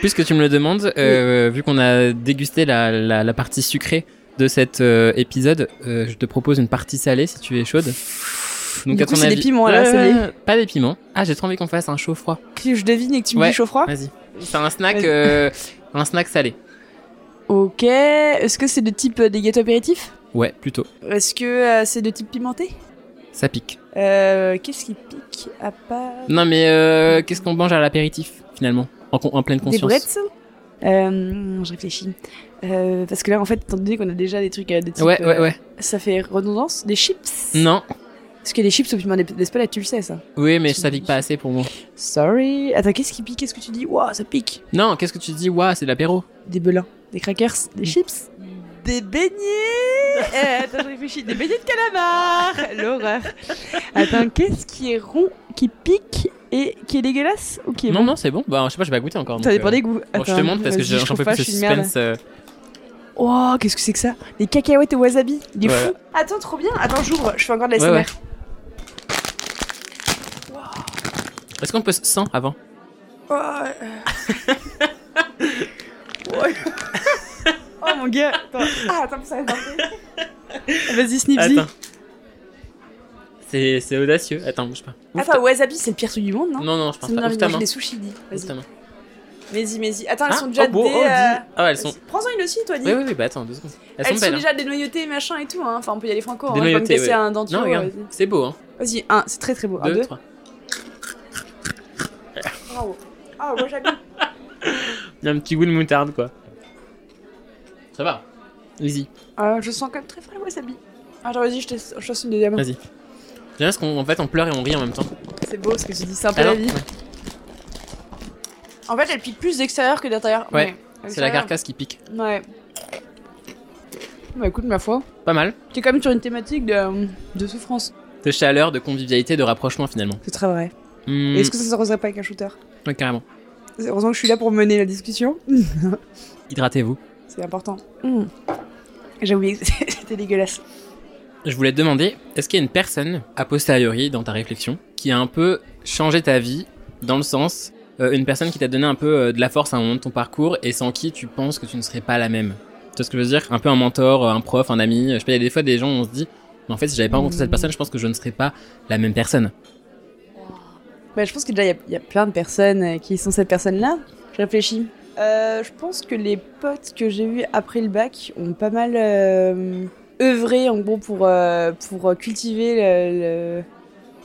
Puisque tu me le demandes, euh, vu qu'on a dégusté la, la, la partie sucrée de cet euh, épisode, euh, je te propose une partie salée si tu es chaude. Du coup, c'est des piments, là, Ouais, salés. ouais, ouais. Pas des piments. Ah, j'ai trop envie qu'on fasse un chaud froid. Que je devine et que tu me Ouais. dis chaud froid Vas-y. C'est un snack, Vas-y. euh, un snack salé. Ok. Est-ce que c'est de type euh, des gâteaux apéritifs Ouais, plutôt. Est-ce que euh, c'est de type pimenté Ça pique. Euh, Qu'est-ce qui pique à part Non, mais euh, qu'est-ce qu'on mange à l'apéritif, finalement en, con- en pleine des conscience. brettes euh, Je réfléchis. Euh, parce que là, en fait, étant donné qu'on a déjà des trucs euh, de type, Ouais, ouais, euh, ouais. ça fait redondance. Des chips Non. Parce que les chips au piment d'Es- d'Espelette, tu le sais, ça. Oui, mais ça pique pas assez pour moi. Sorry. Attends, qu'est-ce qui pique Qu'est-ce que tu dis Waouh, ça pique. Non, qu'est-ce que tu dis Waouh, c'est de l'apéro. Des belins, des crackers, Mm. des chips, des beignets. Euh, attends, je réfléchis. Des beignets de calamar. L'horreur. Attends, qu'est-ce qui est rond, qui pique et qui est dégueulasse ou qui est Non, bon non, c'est bon. Bah, je sais pas, j'ai pas goûté encore. Ça donc, dépend euh, des goûts. bon, je te Attends, montre parce que vas-y, j'ai- je j'en trouve peux pas, plus ce je suis une merde. suspense. euh, Oh, qu'est-ce que c'est que ça Des cacahuètes au wasabi. Il est Ouais. fou. Attends, trop bien. Attends, j'ouvre. Je fais encore de la Ouais, ouais. Est-ce qu'on peut s- sans avant Oh, Oh, mon gars. Attends. Ah, attends, ça Vas-y, Snipsy. Attends. C'est c'est audacieux. Attends, bouge pas. Ouvre Attends, ta- wasabi, c'est le pire truc du monde, non Non, non, je Ça pense me donne pas. envie Ouvre de ta manger main. des sushis, dis. Ouvre ta Vas-y. main. Vas-y, vas-y. Attends, Ah, elles sont déjà oh, beau, dé- oh, dis- euh, Ah, elles sont. Prends-en une aussi, toi, dis. Oui, oui, oui, bah attends, deux secondes. Elles, Elles sont belles. hein. déjà dénoyautées, machin et tout. hein. Enfin, on peut y aller franco. hein. On va pas me Dénoyautées, casser ouais. un dentier. Non, regarde, Vas-y, c'est beau, hein. Vas-y, un. C'est très très beau. un, Deux, Ah, deux. trois. Bravo. Ah, wasabi. Il y a un petit goût de moutarde, quoi. Ça va. Easy. Euh, je sens quand même très frais wasabi. Ah, Attends, vas-y, je te je teste une deuxième. Vas-y. J'aime bien parce qu'en fait, on pleure et on rit en même temps. C'est beau ce que tu dis, c'est un peu Alors, la vie. En fait, elle pique plus d'extérieur que d'intérieur. Ouais, Mais- euh, c'est la extérieur. carcasse qui pique. Ouais. Bah écoute, ma foi, Pas mal. t'es quand même sur une thématique de, euh, de souffrance. De chaleur, de convivialité, de rapprochement, finalement. C'est très vrai. Hmm, Est-ce que ça se ressent pas avec un shooter ouais, carrément. Heureusement que je suis là pour mener la discussion. Hydratez-vous. C'est important. Mm. J'ai oublié que c'était dégueulasse. Je voulais te demander, est-ce qu'il y a une personne, a posteriori, dans ta réflexion, qui a un peu changé ta vie, dans le sens, euh, une personne qui t'a donné un peu euh, de la force à un moment de ton parcours et sans qui tu penses que tu ne serais pas la même Tu vois ce que je veux dire Un peu un mentor, euh, un prof, un ami. Je sais pas, il y a des fois des gens où on se dit, mais en fait, si j'avais pas rencontré cette personne, je pense que je ne serais pas la même personne. Bah, je pense que déjà, il y a- il y, a plein de personnes euh, qui sont cette personne-là. Je réfléchis. Euh, je pense que les potes que j'ai eus après le bac ont pas mal euh, œuvré, en gros, pour, euh, pour euh, cultiver le, le-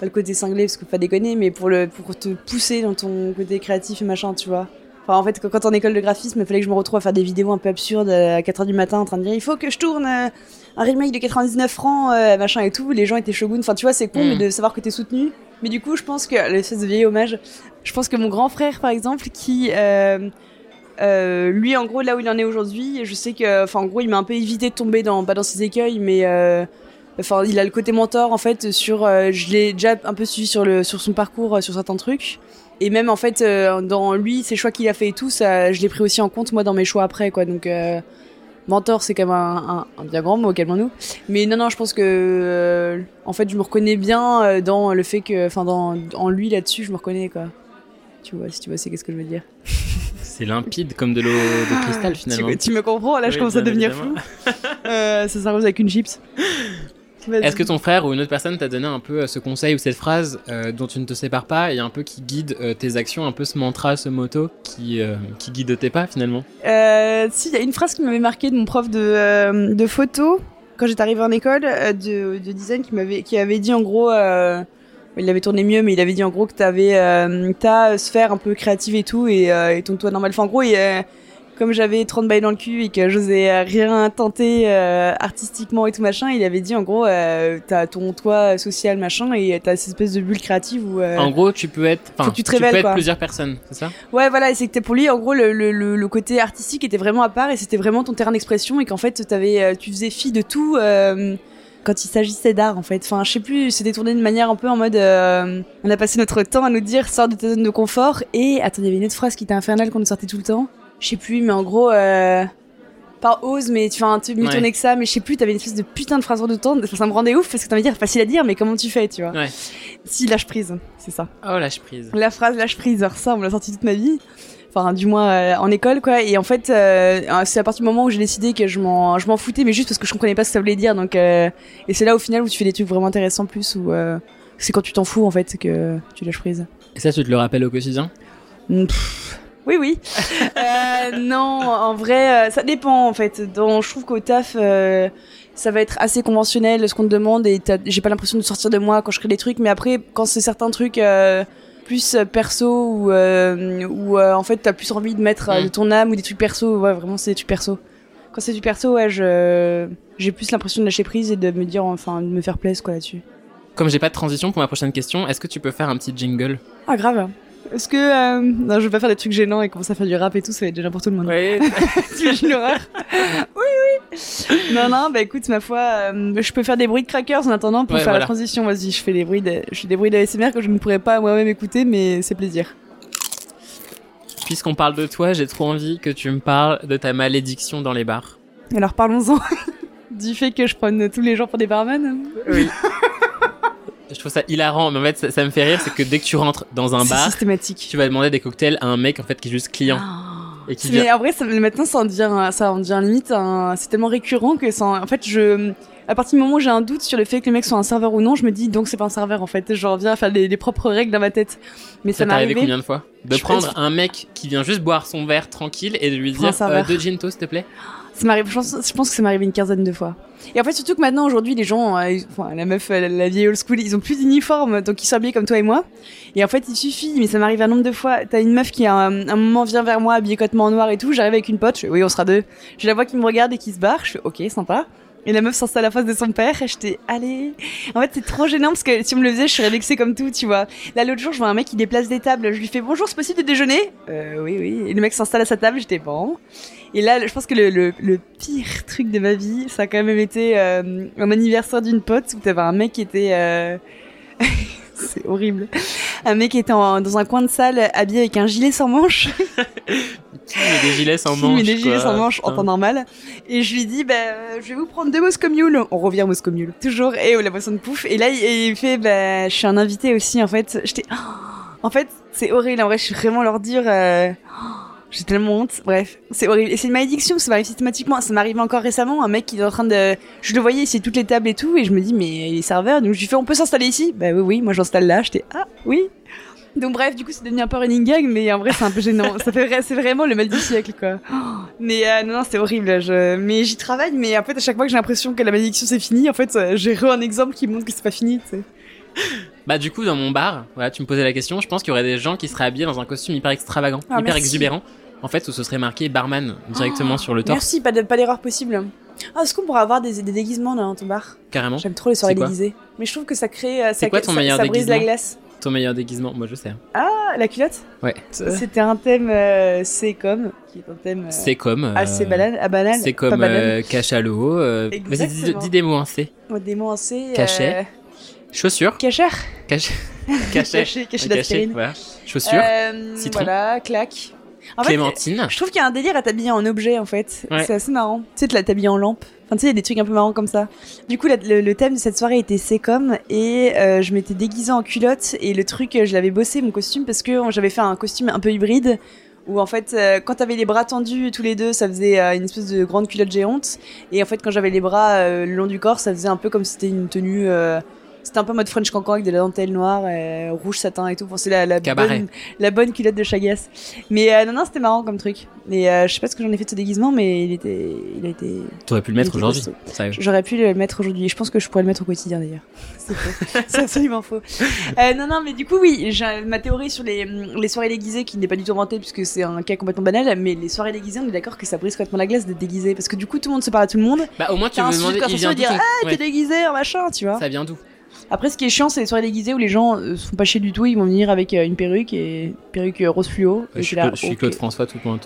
Pas le côté cinglé, parce que faut pas déconner, mais pour, le, pour te pousser dans ton côté créatif et machin, tu vois. Enfin, en fait, quand- quand en école de graphisme, il fallait que je me retrouve à faire des vidéos un peu absurdes euh, à 4h du matin en train de dire il faut que je tourne euh, un remake de 99 francs, euh, machin et tout. Les gens étaient shogun. Enfin, tu vois, c'est con, Mm. mais de savoir que t'es soutenu. Mais du coup, je pense que l'espèce de vieil hommage. Je pense que mon grand frère, par exemple, qui euh, euh, lui, en gros, là où il en est aujourd'hui, je sais que, enfin, en gros, il m'a un peu évité de tomber dans pas dans ses écueils, mais euh, enfin, il a le côté mentor en fait. Sur, euh, je l'ai déjà un peu suivi sur le sur son parcours, euh, sur certains trucs. Et même en fait, euh, dans lui, ses choix qu'il a fait et tout, ça, je l'ai pris aussi en compte moi dans mes choix après, quoi. Donc euh, mentor, c'est quand même un, un- un bien grand mot, calmons-nous. Mais non, non, je pense que euh, en fait, je me reconnais bien euh, dans le fait que, enfin, dans en lui là-dessus, je me reconnais quoi. Tu vois, si tu vois, c'est qu'est-ce que je veux dire. C'est limpide comme de l'eau de cristal, finalement. Ah, Tu, tu me comprends Là, je Oui, commence à bien devenir évidemment. fou. Euh, ça s'arrose avec une chips. Vas-y. Est-ce que ton frère ou une autre personne t'a donné un peu euh, ce conseil ou cette phrase euh, dont tu ne te sépares pas et un peu qui guide euh, tes actions, un peu ce mantra, ce motto qui, euh, qui guide tes pas finalement Euh, si, il y a une phrase qui m'avait marqué de mon prof de, euh, de photo quand j'étais arrivée en école euh, de, de design qui m'avait qui avait dit en gros euh, il l'avait tourné mieux mais il avait dit en gros que t'avais euh, ta sphère un peu créative et tout et, euh, et ton toit normal enfin en gros il, euh, comme j'avais 30 bails dans le cul et que j'osais euh, rien tenter euh, artistiquement et tout machin il avait dit en gros euh, t'as ton toit social machin et t'as cette espèce de bulle créative où euh, En gros, tu peux être, enfin, Faut que tu te révèles, peux être quoi. plusieurs personnes, c'est ça Ouais, voilà, et c'était pour lui, en gros, le, le, le, le côté artistique était vraiment à part et c'était vraiment ton terrain d'expression et qu'en fait, t'avais, euh, tu faisais fi de tout euh, quand il s'agissait d'art, en fait. Enfin, je sais plus, c'était tourné de manière un peu en mode, euh, on a passé notre temps à nous dire, sors de ta zone de confort et, attends, il y avait une autre phrase qui était infernale qu'on nous sortait tout le temps. Je sais plus, mais en gros, euh, pas ose, mais tu enfin, tu mieux Ouais. tourner que ça, mais je sais plus, t'avais une espèce de putain de phrase de temps. Enfin, ça me rendait ouf parce que t'as envie de dire, facile à dire, mais comment tu fais, tu vois. Ouais. Si, lâche prise, c'est ça. Oh, lâche prise. La phrase lâche prise, alors ça, on me l'a sortie toute ma vie. Enfin, du moins euh, en école, quoi. Et en fait, euh, c'est à partir du moment où j'ai décidé que je m'en, je m'en foutais, mais juste parce que je comprenais pas ce que ça voulait dire. Donc, euh, et c'est là au final où tu fais des trucs vraiment intéressants plus, où euh, c'est quand tu t'en fous en fait que tu lâches prise. Et ça, tu te le rappelles au quotidien Mm, pff. Oui, oui. Euh, non, en vrai, euh, ça dépend en fait. Dans, je trouve qu'au taf, euh, ça va être assez conventionnel ce qu'on te demande et t'as- j'ai pas l'impression de sortir de moi quand je crée des trucs. Mais après, quand c'est certains trucs euh, plus euh, perso ou euh, ou euh, en fait t'as plus envie de mettre euh, de ton âme ou des trucs perso, ouais, vraiment c'est des trucs perso. Quand c'est du perso, ouais, je j'ai plus l'impression de lâcher prise et de me dire enfin de me faire plaisir quoi là-dessus. Comme j'ai pas de transition pour ma prochaine question, est-ce que tu peux faire un petit jingle Ah grave. Est-ce que euh, non, je veux pas faire des trucs gênants et commencer à faire du rap et tout, ça va être déjà pour tout le monde. Ouais. T'imagines l'horreur Oui, oui. Non, non, bah écoute, ma foi, euh, je peux faire des bruits de crackers en attendant pour Ouais, faire voilà. la transition. Vas-y, je fais des bruits de, je fais des bruits d'ASMR que je ne pourrais pas moi-même écouter, mais c'est plaisir. Puisqu'on parle de toi, j'ai trop envie que tu me parles de ta malédiction dans les bars. Alors parlons-en du fait que je prenne tous les gens pour des barman. Je trouve ça hilarant, mais en fait, ça, ça me fait rire, c'est que dès que tu rentres dans un C'est bar, systématique. tu vas demander des cocktails à un mec en fait qui est juste client et qui dit Ah. Mais en vrai, ça, maintenant, ça en devient, un- ça en devient limite, un- c'est tellement récurrent que ça, en en fait, je, à partir du moment où j'ai un doute sur le fait que le mec soit un serveur ou non, je me dis donc c'est pas un serveur en fait. Je reviens à faire les, les propres règles dans ma tête. Mais ça, ça t'est m'est arrivé arrivé combien de fois De Je prendre pense- un mec qui vient juste boire son verre tranquille et de lui Prends dire un euh, verre. deux ginto s'il te plaît. Ça m'arrive, je pense, je pense que ça m'est arrivé une quinzaine de fois. Et en fait, surtout que maintenant, aujourd'hui, les gens, euh, ils- enfin, la meuf, euh, la, la vieille old school, ils ont plus d'uniforme, donc ils sont habillés comme toi et moi. Et en fait, il suffit, mais ça m'arrive un nombre de fois. T'as une meuf qui, à un, un moment, vient vers moi, habillée complètement en noir et tout. J'arrive avec une pote, je fais, oui, on sera deux. Je la vois qui me regarde et qui se barre, je fais, ok, sympa. Et la meuf s'installe à la face de son père, et j'étais, allez. En fait, c'est trop gênant parce que si on me le faisait, je serais vexée comme tout, tu vois. Là, l'autre jour, je vois un mec qui déplace des tables, je lui fais, bonjour, c'est possible de déjeuner? Euh, oui, oui. Et le mec s'installe à sa table, j'étais, bon. Et là, je pense que le, le, le pire truc de ma vie, ça a quand même été euh, un anniversaire d'une pote où t'avais un mec qui était... euh, C'est horrible. Un mec qui était en- dans un coin de salle habillé avec un gilet sans manche. Qui met Ah, des gilets sans Qui manche met des gilets quoi, sans manche en putain. temps normal. Et je lui dis, bah, euh, je vais vous prendre deux Moscow Mule. On revient au Moscow Mule. Toujours. Et oh, la boisson de pouf. Et là, il, et il fait, bah, je suis un invité aussi, en fait. J'étais, Oh en fait, c'est horrible. En vrai, je suis vraiment leur dire, euh, Oh j'ai tellement honte. Bref, c'est horrible. Et c'est une malédiction, ça m'arrive systématiquement. Ça m'arrive encore récemment. Un mec qui est en train de, je le voyais, c'est toutes les tables et tout. Et je me dis, mais il est serveur. Donc je lui fais, on peut s'installer ici? Bah oui, oui, moi j'installe là. J'étais, ah, oui. Donc bref, du coup, c'est devenu un peu running gag, mais en vrai, c'est un peu gênant. ça fait, vrai- c'est vraiment le mal du siècle, quoi. Mais euh, non, non, c'est horrible. Je... Mais j'y travaille, mais en fait, à chaque fois que j'ai l'impression que la malédiction c'est fini, en fait, euh, j'ai re un exemple qui montre que c'est pas fini, tu sais. Bah du coup dans mon bar, voilà, tu me posais la question, je pense qu'il y aurait des gens qui seraient habillés dans un costume hyper extravagant, Ah, hyper merci. Ah, exubérant. En fait, où ce serait marqué barman directement sur le torse, Merci, pas de- pas d'erreur possible. Ah, est-ce qu'on pourra avoir des, des déguisements dans ton bar carrément. J'aime trop les soirées C'est quoi déguisées. Mais je trouve que ça crée. euh, C'est ça, quoi ton ça- meilleur ça brise la déguisement glace. Ton meilleur déguisement, moi je sais. hein. Ah, la culotte Ouais. C'était un thème euh, C'est comme, qui est un thème euh, C'est comme. euh, assez banal. Ah, banal. C'est Pas comme banal. euh, cachalot. euh, Vas-y, dis, Exactement. dis des mots en C. Moi, des mots euh, en C. Cachet. Chaussures. Cachère. Cachet. Cachet. Cachet, cachet Cachet. d'aspirine. Voilà. Chaussures. Euh, Citron. Voilà, claque. En fait, euh, Clémentine. Je trouve qu'il y a un délire à t'habiller en objet en fait. Ouais. C'est assez marrant. Tu sais, de la t'habiller en lampe. Enfin, tu sais, il y a des trucs un peu marrants comme ça. Du coup, la- le, le thème de cette soirée était c'est comme et euh, je m'étais déguisée en culotte et le truc, euh, je l'avais bossé mon costume parce que euh, j'avais fait un costume un peu hybride où en fait, euh, quand t'avais les bras tendus tous les deux, ça faisait euh, une espèce de grande culotte géante et en fait, quand j'avais les bras euh, le long du corps, ça faisait un peu comme si c'était une tenue. euh, c'était un peu en mode French Cancan avec de la dentelle noire, euh, rouge satin et tout. Enfin, c'est la, la, Cabaret. bonne, la bonne culotte de Chagas. Mais euh, non, non, c'était marrant comme truc. Et euh, je sais pas ce que j'en ai fait de ce déguisement, mais il était, il a été. T'aurais pu le mettre était aujourd'hui. costaud. Sérieux. J'aurais pu le mettre aujourd'hui. Je pense que je pourrais le mettre au quotidien d'ailleurs. C'est faux. C'est absolument faux. Euh, non, non, mais du coup, oui, j'ai- ma théorie sur les, les soirées déguisées, qui n'est pas du tout inventée puisque c'est un cas complètement banal, mais les soirées déguisées, on est d'accord que ça brise complètement la glace d'être déguisé parce que du coup, tout le monde se parle à tout le monde. Bah au moins tu T'as un me sujet de demandais. il conversation vient à dire d'où ton- Ah, Ouais. t'es déguisé, en machin, tu vois. Ça vient d'où Après, ce qui est chiant, c'est les soirées déguisées où les gens euh, se font pas chier du tout, ils vont venir avec euh, une perruque et perruque euh, rose fluo. Je Et suis t'es là, Claude- je suis ok. Claude François tout le monde.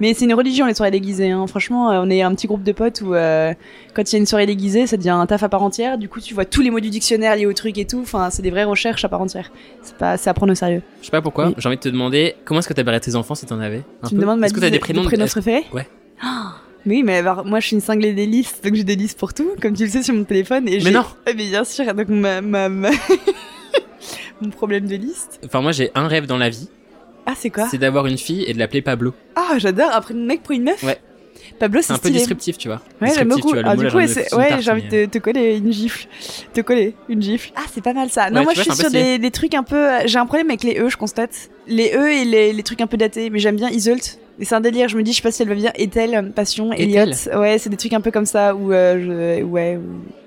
Mais c'est une religion les soirées déguisées. Hein. Franchement, euh, on est un petit groupe de potes où euh, quand il y a une soirée déguisée, ça devient un taf à part entière. Du coup, tu vois tous les mots du dictionnaire liés au truc et tout. Enfin, c'est des vraies recherches à part entière. C'est pas, c'est à prendre au sérieux. Je sais pas pourquoi. Oui. J'ai envie de te demander comment est-ce que t'appellerais tes enfants si t'en avais. un tu me peu demandes ma Est-ce que t'as liste des de- prénoms de de- prénoms est-ce- préférés Ouais. Ah, Mais oui, mais alors, moi je suis une cinglée des listes, donc j'ai des listes pour tout, comme tu le sais sur mon téléphone. Et Mais j'ai- non. Ouais, Mais bien sûr, donc ma, ma- ma- mon problème de liste. Enfin moi j'ai un rêve dans la vie, Ah, c'est quoi c'est d'avoir une fille et de l'appeler Pablo. Ah, j'adore, après un mec pour une meuf Ouais. Pablo, c'est un peu stylé. disruptif, tu vois. Ouais, j'aime Disruptif, beaucoup. tu vois, le Alors, mot, Ah, du là, coup, j'en ai c'est- sous une ouais, tarte, j'ai envie mais- de te coller une gifle. Te coller une gifle. Ah, c'est pas mal ça. Non, Ouais, moi, tu je vois, suis c'est un peu sur des, des trucs un peu. euh, J'ai un problème avec les E, je constate. Les E et les, les trucs un peu datés, mais j'aime bien Isolt. Et c'est un délire, je me dis, je sais pas si elle va bien. Ethel, Passion, Elliot. Ethel Ouais, c'est des trucs un peu comme ça où. euh, je- ouais. où-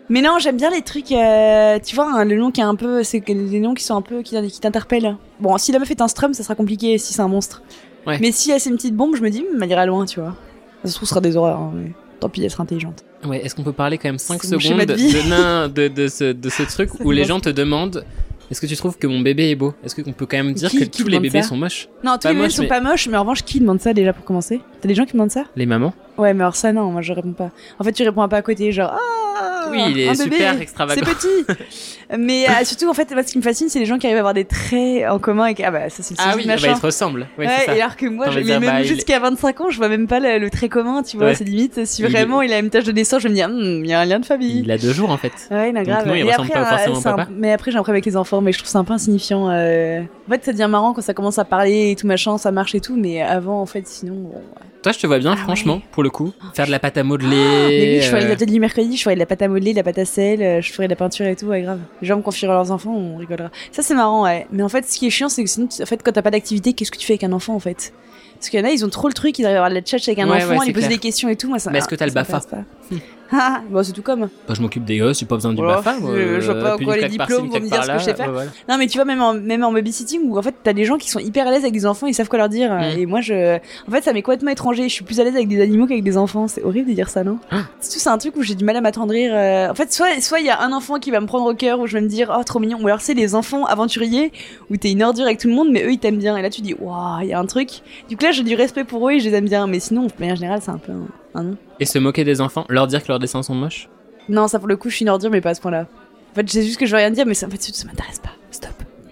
Mais non, j'aime bien les trucs. euh, tu vois, hein, le nom qui est un peu. C'est que les noms qui sont un peu. qui, qui t'interpellent. Bon, si la meuf est un strum, ça sera compliqué si c'est un monstre. Ouais. Mais si elle c'est une petite bombe, je me dis, hum, elle ira loin, tu vois. Ça se trouve, ce sera des horreurs, hein, mais tant pis d'être intelligente. euh, Ouais, est-ce qu'on peut parler quand même 5 C'est mon secondes schéma de, de vie. nain- de, de ce, de ce truc Ça où les dépend. gens te demandent est-ce que tu trouves que mon bébé est beau Est-ce que- qu'on peut quand même dire Qui- que qui tous les demande bébés ça sont moches Non, tous Pas les bébés moche, sont mais- pas moches, mais en revanche, qui demande ça déjà pour commencer T'as des gens qui demandent ça Les mamans Ouais, mais alors ça, non, moi je réponds pas. En fait, tu réponds un peu à côté, genre Ah Oui, il est un bébé, super C'est extravagant. petit Mais euh, surtout, en fait, moi, ce qui me fascine, c'est les gens qui arrivent à avoir des traits en commun et que, ah bah ça, c'est le Ah sujet oui, de bah, machin. ils te ressemblent. Ouais, Ouais, c'est ça. et alors que moi, T'as je, envie de mais dire, bah, même il est- jusqu'à 25 ans, je vois même pas le, le trait commun, tu vois, Ouais. c'est limite. Si Il est- vraiment il a une tache de naissance, je vais me dire, Hmm, il y a un lien de famille. Il a deux jours en fait. Ouais, non, Donc grave. non, il Et ressemble pas euh, forcément au c'est un- papa. Mais après, j'ai un problème avec les enfants, mais je trouve ça un peu insignifiant. euh. En fait, ça devient marrant quand ça commence à parler et tout machin, ça marche et tout, mais avant, en fait, sinon. euh, bon. Toi, je te vois bien, Ah franchement, pour le coup, faire de la pâte à mais modeler. oui, je euh, ferais les ateliers du mercredi, je ferais de la pâte à modeler, de la pâte à sel, euh, je ferais de la peinture et tout, ouais, grave. Les gens me confieront leurs enfants, on rigolera. Ça, c'est marrant, ouais. Mais en fait, ce qui est chiant, c'est que sinon, tu- en fait, quand t'as pas d'activité, qu'est-ce que tu fais avec un enfant, en fait Parce qu'il y en a, ils ont trop le truc, ils arrivent à avoir de la tchatche avec un Ouais, ouais, enfant, à c'est lui poser clair. des questions et tout. Moi, ça, Mais est-ce que t'as le ça BAFA m'intéresse pas. Ah, bon, c'est tout comme. bah, je m'occupe des gosses, j'ai pas besoin du Voilà, BAFA. moi, Oh, je- je vois euh, pas en puis quoi une les claque par-ci, diplômes une claque vont me dire ce que par-là, je sais faire. ouais, voilà. Non, mais tu vois, même en, même en babysitting, où en fait, t'as des gens qui sont hyper à l'aise avec des enfants, ils savent quoi leur dire. euh, Mm. Et moi, je. En fait, ça m'est complètement étranger. Je suis plus à l'aise avec des animaux qu'avec des enfants. C'est horrible de dire ça, non C'est tout, c'est un truc où j'ai du mal à m'attendrir. euh, En fait, soit soit il y a un enfant qui va me prendre au cœur, où je vais me dire, oh, trop mignon. Ou alors, c'est les enfants aventuriers, où t'es une ordure avec tout le monde, mais eux, ils t'aiment bien. Et là, tu dis, waouh, il y a un truc. Du coup, là, j'ai du respect pour eux et je les aime bien. Mais sinon, de manière générale, c'est un peu un, un non. Et se moquer des enfants, leur dire que leurs dessins sont moches. Non, ça pour le coup, je suis une ordure, mais pas à ce point-là. En fait, c'est juste que je veux rien dire, mais ça, en fait, ça m'intéresse pas. Stop.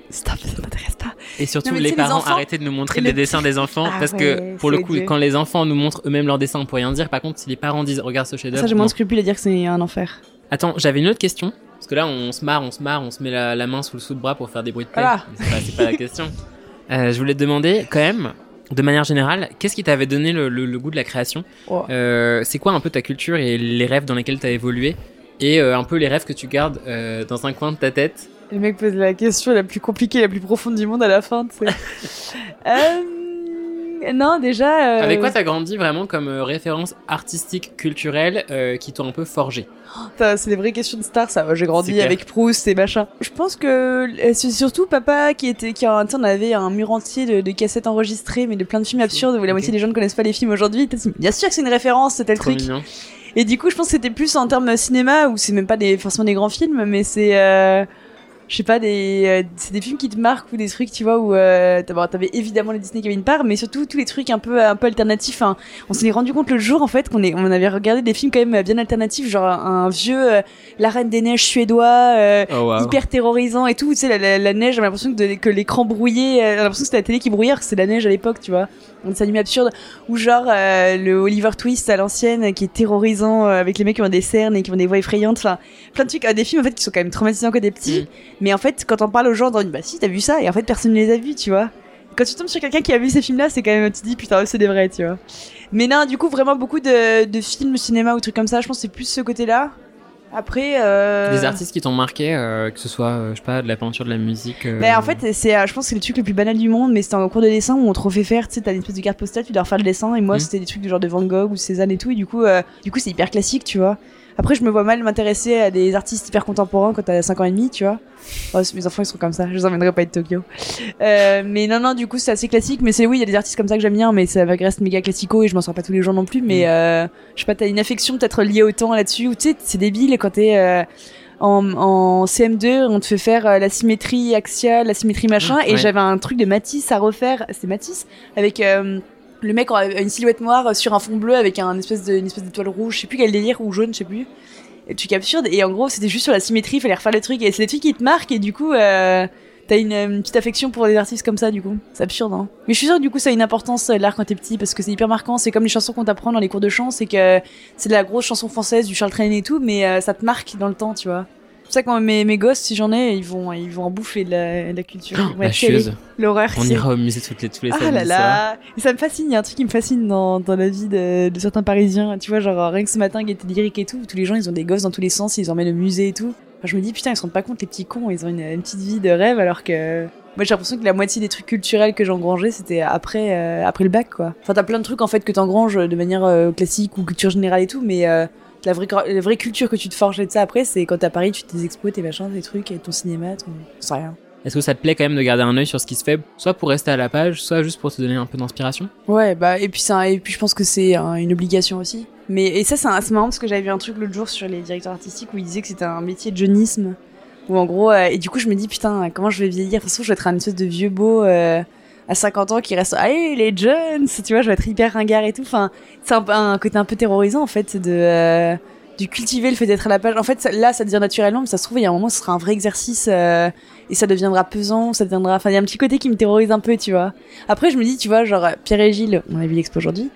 Stop, ça m'intéresse pas. Et surtout, mais tu les sais, les parents, enfants- arrêtez de nous montrer le les pire- dessins des enfants. Ah parce que, ouais, pour le c'est coup, odieux. quand les enfants nous montrent eux-mêmes leurs dessins, on peut rien dire. Par contre, si les parents disent, regarde ce chef-d'œuvre. Ça, j'ai non. moins de scrupules à dire que c'est un enfer. Attends, j'avais une autre question. Parce que là, on se marre, on se marre, on se met la, la main sous le sous-bras pour faire des bruits de paix. Voilà. Mais c'est pas, c'est pas la question. Euh, je voulais te demander, quand même, de manière générale, qu'est-ce qui t'avait donné le, le- le goût de la création Oh. Euh, C'est quoi un peu ta culture et les rêves dans lesquels t'as évolué Et euh, un peu les rêves que tu gardes euh, dans un coin de ta tête Le mec pose la question la plus compliquée, la plus profonde du monde à la fin, tu sais. Euh, Non, déjà. euh, Avec quoi t'as grandi vraiment comme euh, référence artistique, culturelle, euh, qui t'ont un peu forgé Putain, c'est des vraies questions de stars, ça. J'ai C'est grandi clair. avec Proust et machin. Je pense que euh, c'est surtout papa qui était, qui en tu sais, on avait un mur entier de, de cassettes enregistrées, mais de plein de films absurdes où la moitié Ok. des gens ne connaissent pas les films aujourd'hui. T'as dit, Bien sûr que c'est une référence, c'est tel Trop truc. mignon. Et du coup, je pense que c'était plus en termes cinéma, où c'est même pas des, forcément des grands films, mais c'est, euh, je sais pas, des, euh, c'est des films qui te marquent ou des trucs, tu vois, où euh, t'as- bon, t'avais évidemment les Disney qui avaient une part, mais surtout tous les trucs un peu, un peu alternatifs. hein. On s'est rendu compte le jour, en fait, qu'on est, on avait regardé des films quand même bien alternatifs, genre un, un vieux euh, La Reine des Neiges suédois. euh, Oh, wow. hyper terrorisant et tout tu sais la, la- la neige j'ai l'impression que, de- que l'écran brouillé euh, j'ai l'impression que c'était la télé qui brouillait alors que c'est la neige à l'époque tu vois on s'anime absurde ou genre euh, le Oliver Twist à l'ancienne euh, qui est terrorisant euh, avec les mecs qui ont des cernes et qui ont des voix effrayantes enfin plein de trucs euh, des films en fait qui sont quand même traumatisants quand t'es petit Mm. mais en fait quand on parle aux gens dans une bah si t'as vu ça et en fait personne ne les a vus tu vois quand tu tombes sur quelqu'un qui a vu ces films là c'est quand même tu te dis putain eux, c'est des vrais tu vois mais non du coup vraiment beaucoup de, de films cinéma ou trucs comme ça je pense que c'est plus ce côté là après euh... Des artistes qui t'ont marqué, euh, que ce soit, euh, je sais pas, de la peinture, de la musique. euh, Bah, en fait, c'est, euh, je pense que c'est le truc le plus banal du monde, mais c'était en cours de dessin où on te refait faire, tu sais, t'as une espèce de carte postale, tu dois refaire le dessin, et moi Mhm. c'était des trucs du genre de Van Gogh ou Cézanne et tout, et du coup, euh, du coup c'est hyper classique, tu vois. Après, je me vois mal m'intéresser à des artistes hyper contemporains quand t'as 5 ans et demi, tu vois. Oh, c'est- mes enfants ils sont comme ça, je les emmènerai pas de Tokyo. Euh, mais non, non, du coup c'est assez classique, mais c'est oui, il y a des artistes comme ça que j'aime bien, mais ça reste méga classico et je m'en sors pas tous les jours non plus, mais euh, je sais pas, t'as une affection peut-être liée au temps là-dessus, ou tu sais, c'est débile quand t'es. euh, en, en CM2, on te fait faire euh, la symétrie axiale, la symétrie machin, Mmh, et ouais. j'avais un truc de Matisse à refaire, c'est Matisse, avec euh, le mec en- une silhouette noire sur un fond bleu avec un espèce de, une espèce d'étoile rouge, je sais plus quel délire, ou jaune, je sais plus. Et truc absurde, et en gros, c'était juste sur la symétrie, fallait refaire le truc, et c'est des trucs qui te marquent, et du coup, euh, t'as une, euh, une petite affection pour les artistes comme ça, du coup. C'est absurde, hein. Mais je suis sûre que du coup, ça a une importance, euh, l'art, quand t'es petit, parce que c'est hyper marquant, c'est comme les chansons qu'on t'apprend dans les cours de chant, c'est que c'est de la grosse chanson française, du Charles Trenet et tout, mais euh, ça te marque dans le temps, tu vois. C'est pour ça que moi, mes, mes gosses, si j'en ai, ils vont, ils vont en bouffer de la, de la culture. Oh, Ouais, la quelle est chieuse. L'horreur. On c'est- ira au musée toutes les, tous les Ah samedis là soirs. là Et Ça me fascine, il y a un truc qui me fascine dans, dans la vie de, de certains Parisiens. Tu vois, genre rien que ce matin, Gaieté Lyrique et tout, tous les gens, ils ont des gosses dans tous les sens, ils les emmènent au musée et tout. Enfin, je me dis, putain, ils se rendent pas compte, les petits cons, ils ont une, une petite vie de rêve, alors que... Moi, j'ai l'impression que la moitié des trucs culturels que j'engrangeais, c'était après, euh, après le bac, quoi. Enfin, t'as plein de trucs, en fait, que t'engranges de manière euh, classique ou culture générale et tout, mais... euh, la vraie, la vraie culture que tu te forges et de ça après, c'est quand t'es à Paris, tu fais tes expos, tes machins, tes trucs, et ton cinéma, ton. j'en sais rien. Est-ce que ça te plaît quand même de garder un œil sur ce qui se fait, soit pour rester à la page, soit juste pour te donner un peu d'inspiration Ouais, bah et puis ça, et puis je pense que c'est hein, une obligation aussi. Mais et ça c'est un- c'est marrant parce que j'avais vu un truc l'autre jour sur les directeurs artistiques où ils disaient que c'était un métier de jeunisme. Où en gros euh, et du coup je me dis putain comment je vais vieillir de toute façon je vais être un espèce de vieux beau euh, à 50 ans qui reste allez les jeunes tu vois je vais être hyper ringard et tout. Enfin c'est un, un côté un peu terrorisant en fait de euh, de cultiver le fait d'être à la page. En fait ça- là ça devient naturellement mais ça se trouve il y a un moment ce sera un vrai exercice euh, et ça deviendra pesant ça deviendra enfin il y a un petit côté qui me terrorise un peu tu vois. Après, je me dis, tu vois, genre Pierre et Gilles, on a vu l'expo aujourd'hui.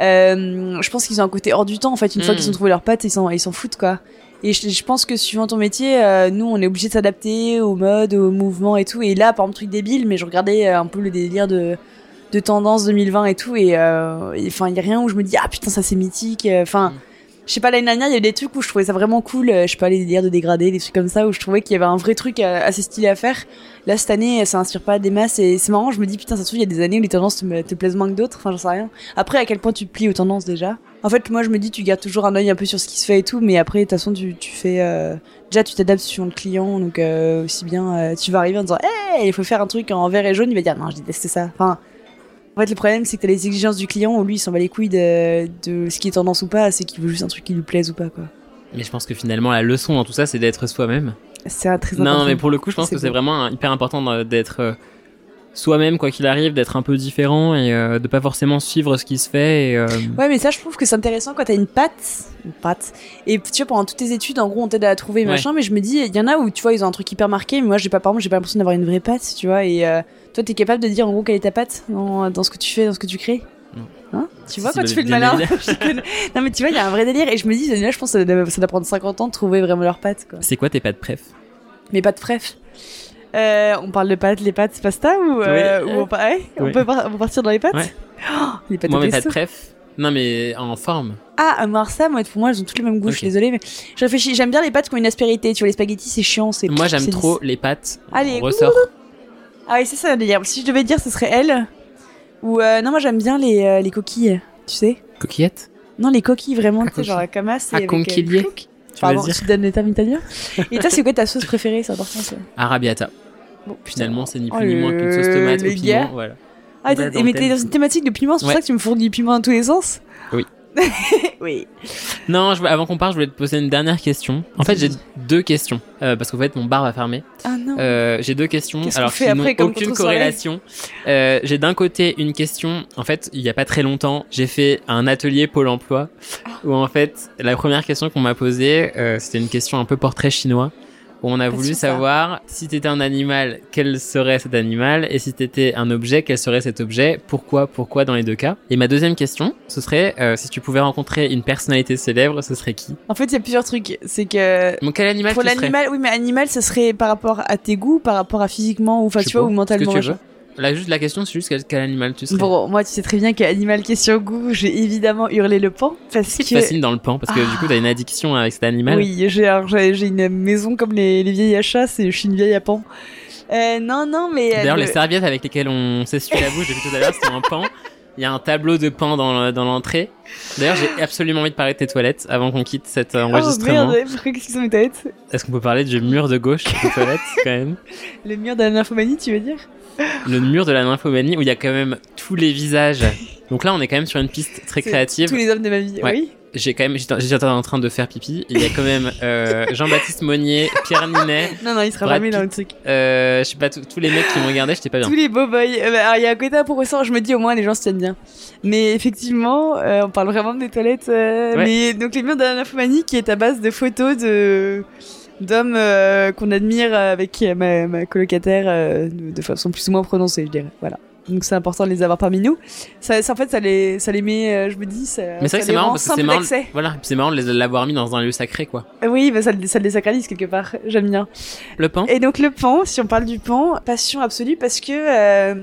euh, je pense qu'ils ont un côté hors du temps. En fait, une fois Mm. qu'ils ont trouvé leurs pattes, ils s'en ils s'en foutent quoi. Et je, je pense que suivant ton métier, euh, nous, on est obligé de s'adapter au mode, au mouvement et tout. Et là, par exemple, truc débile, mais je regardais euh, un peu le délire de de tendance 2020 et tout. Et euh, et, enfin, il y a rien où je me dis, ah putain, ça c'est mythique. euh, Enfin. Mm. Je sais pas, l'année dernière, il y a eu des trucs où je trouvais ça vraiment cool. euh, Je sais pas, les délires de dégradés, des trucs comme ça, où je trouvais qu'il y avait un vrai truc euh, assez stylé à faire. Là, cette année, ça inspire pas des masses et c'est marrant. Je me dis, putain, ça se trouve, il y a des années où les tendances te, me- te plaisent moins que d'autres. Enfin, j'en sais rien. Après, à quel point tu te plies aux tendances déjà En fait, moi, je me dis, tu gardes toujours un œil un peu sur ce qui se fait et tout, mais après, de toute façon, tu, tu fais. euh, Déjà, tu t'adaptes sur le client, donc euh, aussi bien, euh, tu vas arriver en disant, hey, il faut faire un truc en vert et jaune, il va dire, non, je déteste ça. Enfin. En fait, le problème, c'est que t'as les exigences du client, où lui, il s'en bat les couilles de, de ce qui est tendance ou pas, c'est qu'il veut juste un truc qui lui plaise ou pas, quoi. Mais je pense que finalement la leçon dans tout ça c'est d'être soi-même. C'est un très Non, important. mais pour le coup je pense C'est que c'est beau. vraiment euh, hyper important de- d'être euh, soi-même quoi qu'il arrive, d'être un peu différent et euh, de pas forcément suivre ce qui se fait. Et, euh, Ouais, mais ça, je trouve que c'est intéressant quand t'as une patte, une patte. Et tu vois, pendant toutes tes études, en gros, on t'aide à la trouver, Ouais. machin. Mais je me dis, il y en a où, tu vois, ils ont un truc hyper marqué. Mais moi, j'ai pas, par exemple, j'ai pas l'impression d'avoir une vraie patte, tu vois. Et euh, toi, t'es capable de dire, en gros, quelle est ta patte dans, dans ce que tu fais, dans ce que tu crées Non. Hein tu vois, Si, quand bah, tu fais le bien malin. évidemment. je connais. non, mais tu vois, il y a un vrai délire. Et je me dis, là, je pense que ça doit, ça doit prendre 50 ans de trouver vraiment leur patte, quoi. C'est quoi tes pas de préf Mais pattes, bref. Euh, on parle de pâtes, les pâtes, c'est pasta ou, euh, Oui. ou on, par- ouais, on Oui. peut par- on peut partir dans les pâtes Ouais. Oh, Les pâtes Moi au mes pas de pesto. préf Non mais en forme. Ah, à voir ça, moi, pour moi, elles ont toutes le même goût, je suis Ok. désolée, mais je réfléchis. J'aime bien les pâtes qui ont une aspérité. Tu vois, les spaghettis, c'est chiant, c'est. Moi j'aime c'est trop les pâtes. Allez, On ressort. lisse. Ah oui, c'est ça le délire. Si je devais dire, ce serait elle. Ou euh, non, moi, j'aime bien les, euh, les coquilles, tu sais. Coquillette Non, les coquilles, vraiment, Ah, tu sais, genre la camasse et. Ah, avec, euh, conquillier. coque. Tu vas Pardon, dire tu donnes les termes italiens. et toi, c'est quoi ta sauce préférée C'est important, ça. Arabiata. Bon, Finalement c'est ni Oh, plus ni moins qu'une sauce le- tomate au les gars. piment. Voilà. Ah, on va t'es- dans mais le t'es thème. dans une thématique de piment, c'est pour Ouais. ça que tu me fournis du piment dans tous les sens Oui. oui. Non, je, voulais- avant qu'on parte, je voulais te poser une dernière question. En fait, j'ai deux questions euh, parce qu'en fait, mon bar va fermer. Ah non. Euh, j'ai deux questions. Qu'est-ce qu'on Alors, fait qui n'ont après comme aucune contre-soleil corrélation. Euh, j'ai d'un côté une question. En fait, il n'y a pas très longtemps, j'ai fait un atelier Pôle emploi où, en fait, la première question qu'on m'a posée, euh, c'était une question un peu portrait chinois. Où on a Pas voulu sûr, ça. savoir si t'étais un animal, quel serait cet animal, et si t'étais un objet, quel serait cet objet, pourquoi, pourquoi dans les deux cas. Et ma deuxième question, ce serait euh, si tu pouvais rencontrer une personnalité célèbre, ce serait qui En fait, il y a plusieurs trucs. C'est que Bon, quel animal pour tu serais l'animal, oui, mais animal, ce serait par rapport à tes goûts, par rapport à physiquement ou enfin Je tu sais vois pas, ou mentalement. ce que tu machin. veux. Là, juste la question, c'est juste quel, quel animal tu serais. Bon, moi, tu sais très bien qu'animal question goût, j'ai évidemment hurlé le pan parce qui te que fascine dans le pan parce que du coup t'as une addiction avec cet animal. Ah. oui, j'ai alors, j'ai j'ai une maison comme les, les vieilles à chasse et je suis une vieille à pan. Euh, non, non, mais euh, D'ailleurs le- les serviettes avec lesquelles on s'essuie la bouche depuis tout à l'heure c'est un pan. Il y a un tableau de pan dans le- dans l'entrée. D'ailleurs j'ai absolument envie de parler de tes toilettes avant qu'on quitte cet euh, Oh enregistrement. merde, pourquoi qu'est-ce qu'ils ont mes têtes Est-ce qu'on peut parler du mur de gauche des toilettes quand même Le mur de la nymphomanie, tu veux dire Le mur de la nymphomanie où il y a quand même tous les visages. Donc là on est quand même sur une piste très C'est créative. Tous les hommes de ma vie, Ouais. oui. J'ai quand même j'étais j'étais en train de faire pipi. Il y a quand même euh, Jean-Baptiste Monnier, Pierre Ninet, Non, non, il sera Brad jamais dans le truc. euh, je sais pas tous tous les mecs qui me regardaient j'étais pas bien. Tous les beaux boys. Euh, bah, alors, il y a un côté pour ressort, je me dis au moins les gens se tiennent bien. Mais effectivement, euh, on parle vraiment des toilettes. euh, Ouais. Mais donc les murs de la nymphomanie qui est à base de photos de d'hommes euh, qu'on admire euh, avec euh, ma, ma colocataire euh, de de façon plus ou moins prononcée, je dirais. Voilà. donc c'est important de les avoir parmi nous. Ça, ça, en fait, ça les, ça les met, euh, je me dis, ça, Mais c'est vrai ça que c'est les marrant rend parce que simples c'est marrant. d'accès. Voilà, puis c'est marrant de les- de l'avoir mis dans un lieu sacré, quoi. Euh, Oui, bah, ça, le- ça les sacralise quelque part, j'aime bien. Le pain. Et donc le pan, si on parle du pan, passion absolue parce que euh,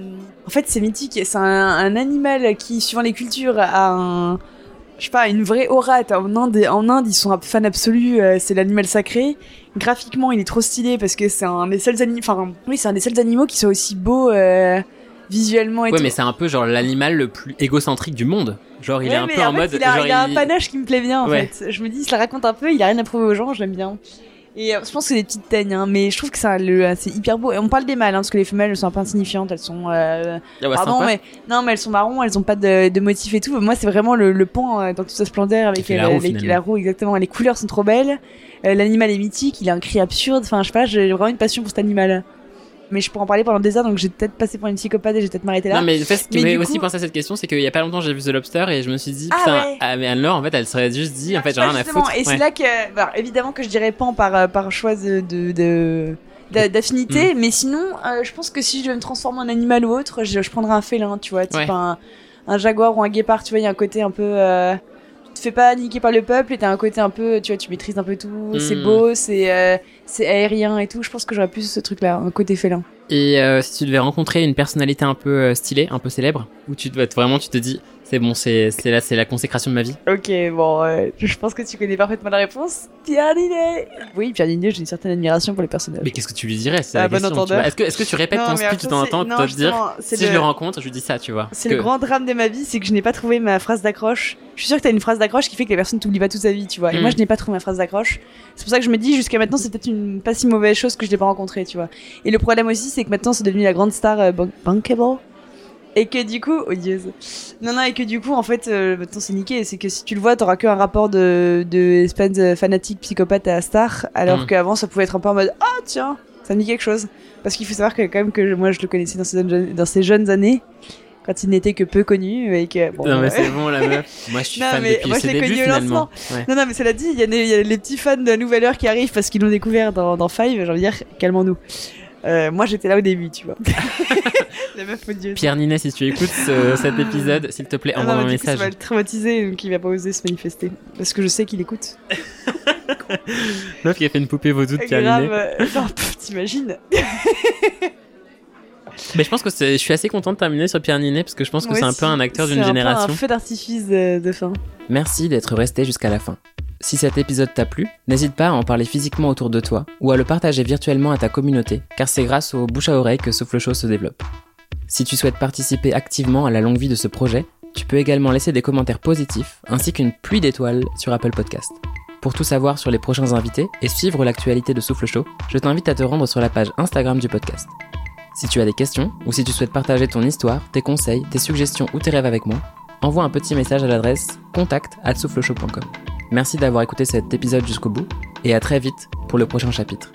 en fait c'est mythique, c'est un, un animal qui suivant les cultures a un je sais pas, une vraie aura. T'as- En Inde, en Inde, ils sont fans absolus. euh, c'est l'animal sacré. Graphiquement, il est trop stylé parce que c'est un des seuls animaux. Enfin, oui, c'est un des seuls animaux qui soit aussi beau euh, visuellement. Et Ouais, tout. mais c'est un peu genre l'animal le plus égocentrique du monde. Genre, il Ouais, est un mais peu en fait, mode. Il a, genre, il a un il- panache qui me plaît bien en Ouais. fait. Je me dis, il se la raconte un peu, il a rien à prouver aux gens, j'aime bien. Et euh, je pense que c'est des petites teignes, hein, mais je trouve que ça, le- c'est hyper beau. Et on parle des mâles, hein, parce que les femelles elles sont un peu insignifiantes, elles sont. euh, Ah ouais, pardon, sympa. mais non, mais elles sont marron, elles ont pas de, de motifs et tout. Moi, c'est vraiment le, le pan euh, dans toute sa splendeur avec fait la euh, roue, les- finalement. la roue, exactement. Les couleurs sont trop belles. Euh, L'animal est mythique, il a un cri absurde. Enfin, je sais pas, j'ai vraiment une passion pour cet animal. Mais je pourrais en parler pendant des heures, donc j'ai peut-être passé pour une psychopathe et j'ai peut-être m'arrêter là. Non, mais en fait, ce qui Mais m'a du aussi coup- pensé à cette question, c'est qu'il y a pas longtemps, j'ai vu The Lobster et je me suis dit, Ah putain, ouais. ah, mais Anne-Laure, en fait, elle serait juste dit, en fait, j'en ai Ouais, rien à Ah, justement, foutre. Et Ouais. c'est là que, bah, évidemment que je dirais pan par, euh, par choix de, de- de- d'a- Mm. d'affinité, mais sinon, euh, je pense que si je devais me transformer en animal ou autre, je, je prendrais un félin, tu vois, type Ouais. un, un jaguar ou un guépard, tu vois, il y a un côté un peu. euh, tu te fais pas niquer par le peuple et t'as un côté un peu, tu vois, tu maîtrises un peu tout, c'est Mm. beau, c'est, euh, c'est aérien et tout. Je pense que j'aurais plus ce truc-là, un côté félin. Et euh, si tu devais rencontrer une personnalité un peu euh, stylée, un peu célèbre, où tu dois être vraiment, tu te dis, c'est bon, c'est c'est là, c'est la consécration de ma vie. Ok, bon, euh, je pense que tu connais parfaitement la réponse. Pierre Ninet Oui, Pierre Ninet, j'ai une certaine admiration pour les personnages. Mais qu'est-ce que tu lui dirais C'est Ah, la bon question, tu entendeur. vois. Est-ce que, est que tu répètes Non, ton mais speech de après, temps en c'est- temps pour non, te dire, justement, c'est si je le- le rencontre, je lui dis ça, tu vois. C'est Que- le grand drame de ma vie, c'est que je n'ai pas trouvé ma phrase d'accroche. Je suis sûre que t'as une phrase d'accroche qui fait que les personnes t'oublient pas toute sa vie, tu vois. Et Mm. moi, je n'ai pas trouvé ma phrase d'accroche. C'est pour ça que je me dis, jusqu'à maintenant, c'est peut-être une pas si mauvaise chose que je l'ai pas rencontrée, tu vois. Et le problème aussi, c'est que maintenant, c'est devenu la grande star euh, ban- bankable. Et que du coup, oh, odieuse. Non, non, et que du coup, en fait, euh, maintenant c'est niqué. C'est que si tu le vois, t'auras qu'un rapport de, de espèce de fanatique, psychopathe à star. Alors Mm. qu'avant, ça pouvait être un peu en mode, ah tiens, ça me dit quelque chose. Parce qu'il faut savoir que, quand même, que je- moi, je le connaissais dans ses, jeunes- dans ses jeunes années, quand il n'était que peu connu. Et que, bon, Non, mais euh, c'est bon, la meuf. Moi, je suis Non, fan mais depuis moi, je ses l'ai hein. débuts, connue au finalement. lancement. Ouais. Non, non, mais cela dit, il y, en a- il y a les petits fans de la nouvelle heure qui arrivent parce qu'ils l'ont découvert dans, dans Five. J'ai envie de dire, calmons-nous. Euh, moi, j'étais là au début, tu vois. la meuf odieuse. Pierre Ninet, si tu écoutes ce- cet épisode, s'il te plaît, Ah non, envoie un mais du coup, ça message. va le traumatiser, donc il va pas oser se manifester. Parce que je sais qu'il écoute. Meuf qui a fait une poupée vaudou de Pierre Grave. Ninet. euh, non, pff, t'imagines Mais je pense que c'est- je suis assez content de terminer sur Pierre Ninet parce que je pense que Moi c'est un aussi, peu un acteur c'est d'une un peu génération. un feu d'artifice de, de fin. Merci d'être resté jusqu'à la fin. Si cet épisode t'a plu, n'hésite pas à en parler physiquement autour de toi ou à le partager virtuellement à ta communauté, car c'est grâce au bouche à oreille que Souffle Chaud se développe. Si tu souhaites participer activement à la longue vie de ce projet, tu peux également laisser des commentaires positifs ainsi qu'une pluie d'étoiles sur Apple Podcast. Pour tout savoir sur les prochains invités et suivre l'actualité de Souffle Chaud, je t'invite à te rendre sur la page Instagram du podcast. Si tu as des questions ou si tu souhaites partager ton histoire, tes conseils, tes suggestions ou tes rêves avec moi, envoie un petit message à l'adresse contact Merci d'avoir écouté cet épisode jusqu'au bout et à très vite pour le prochain chapitre.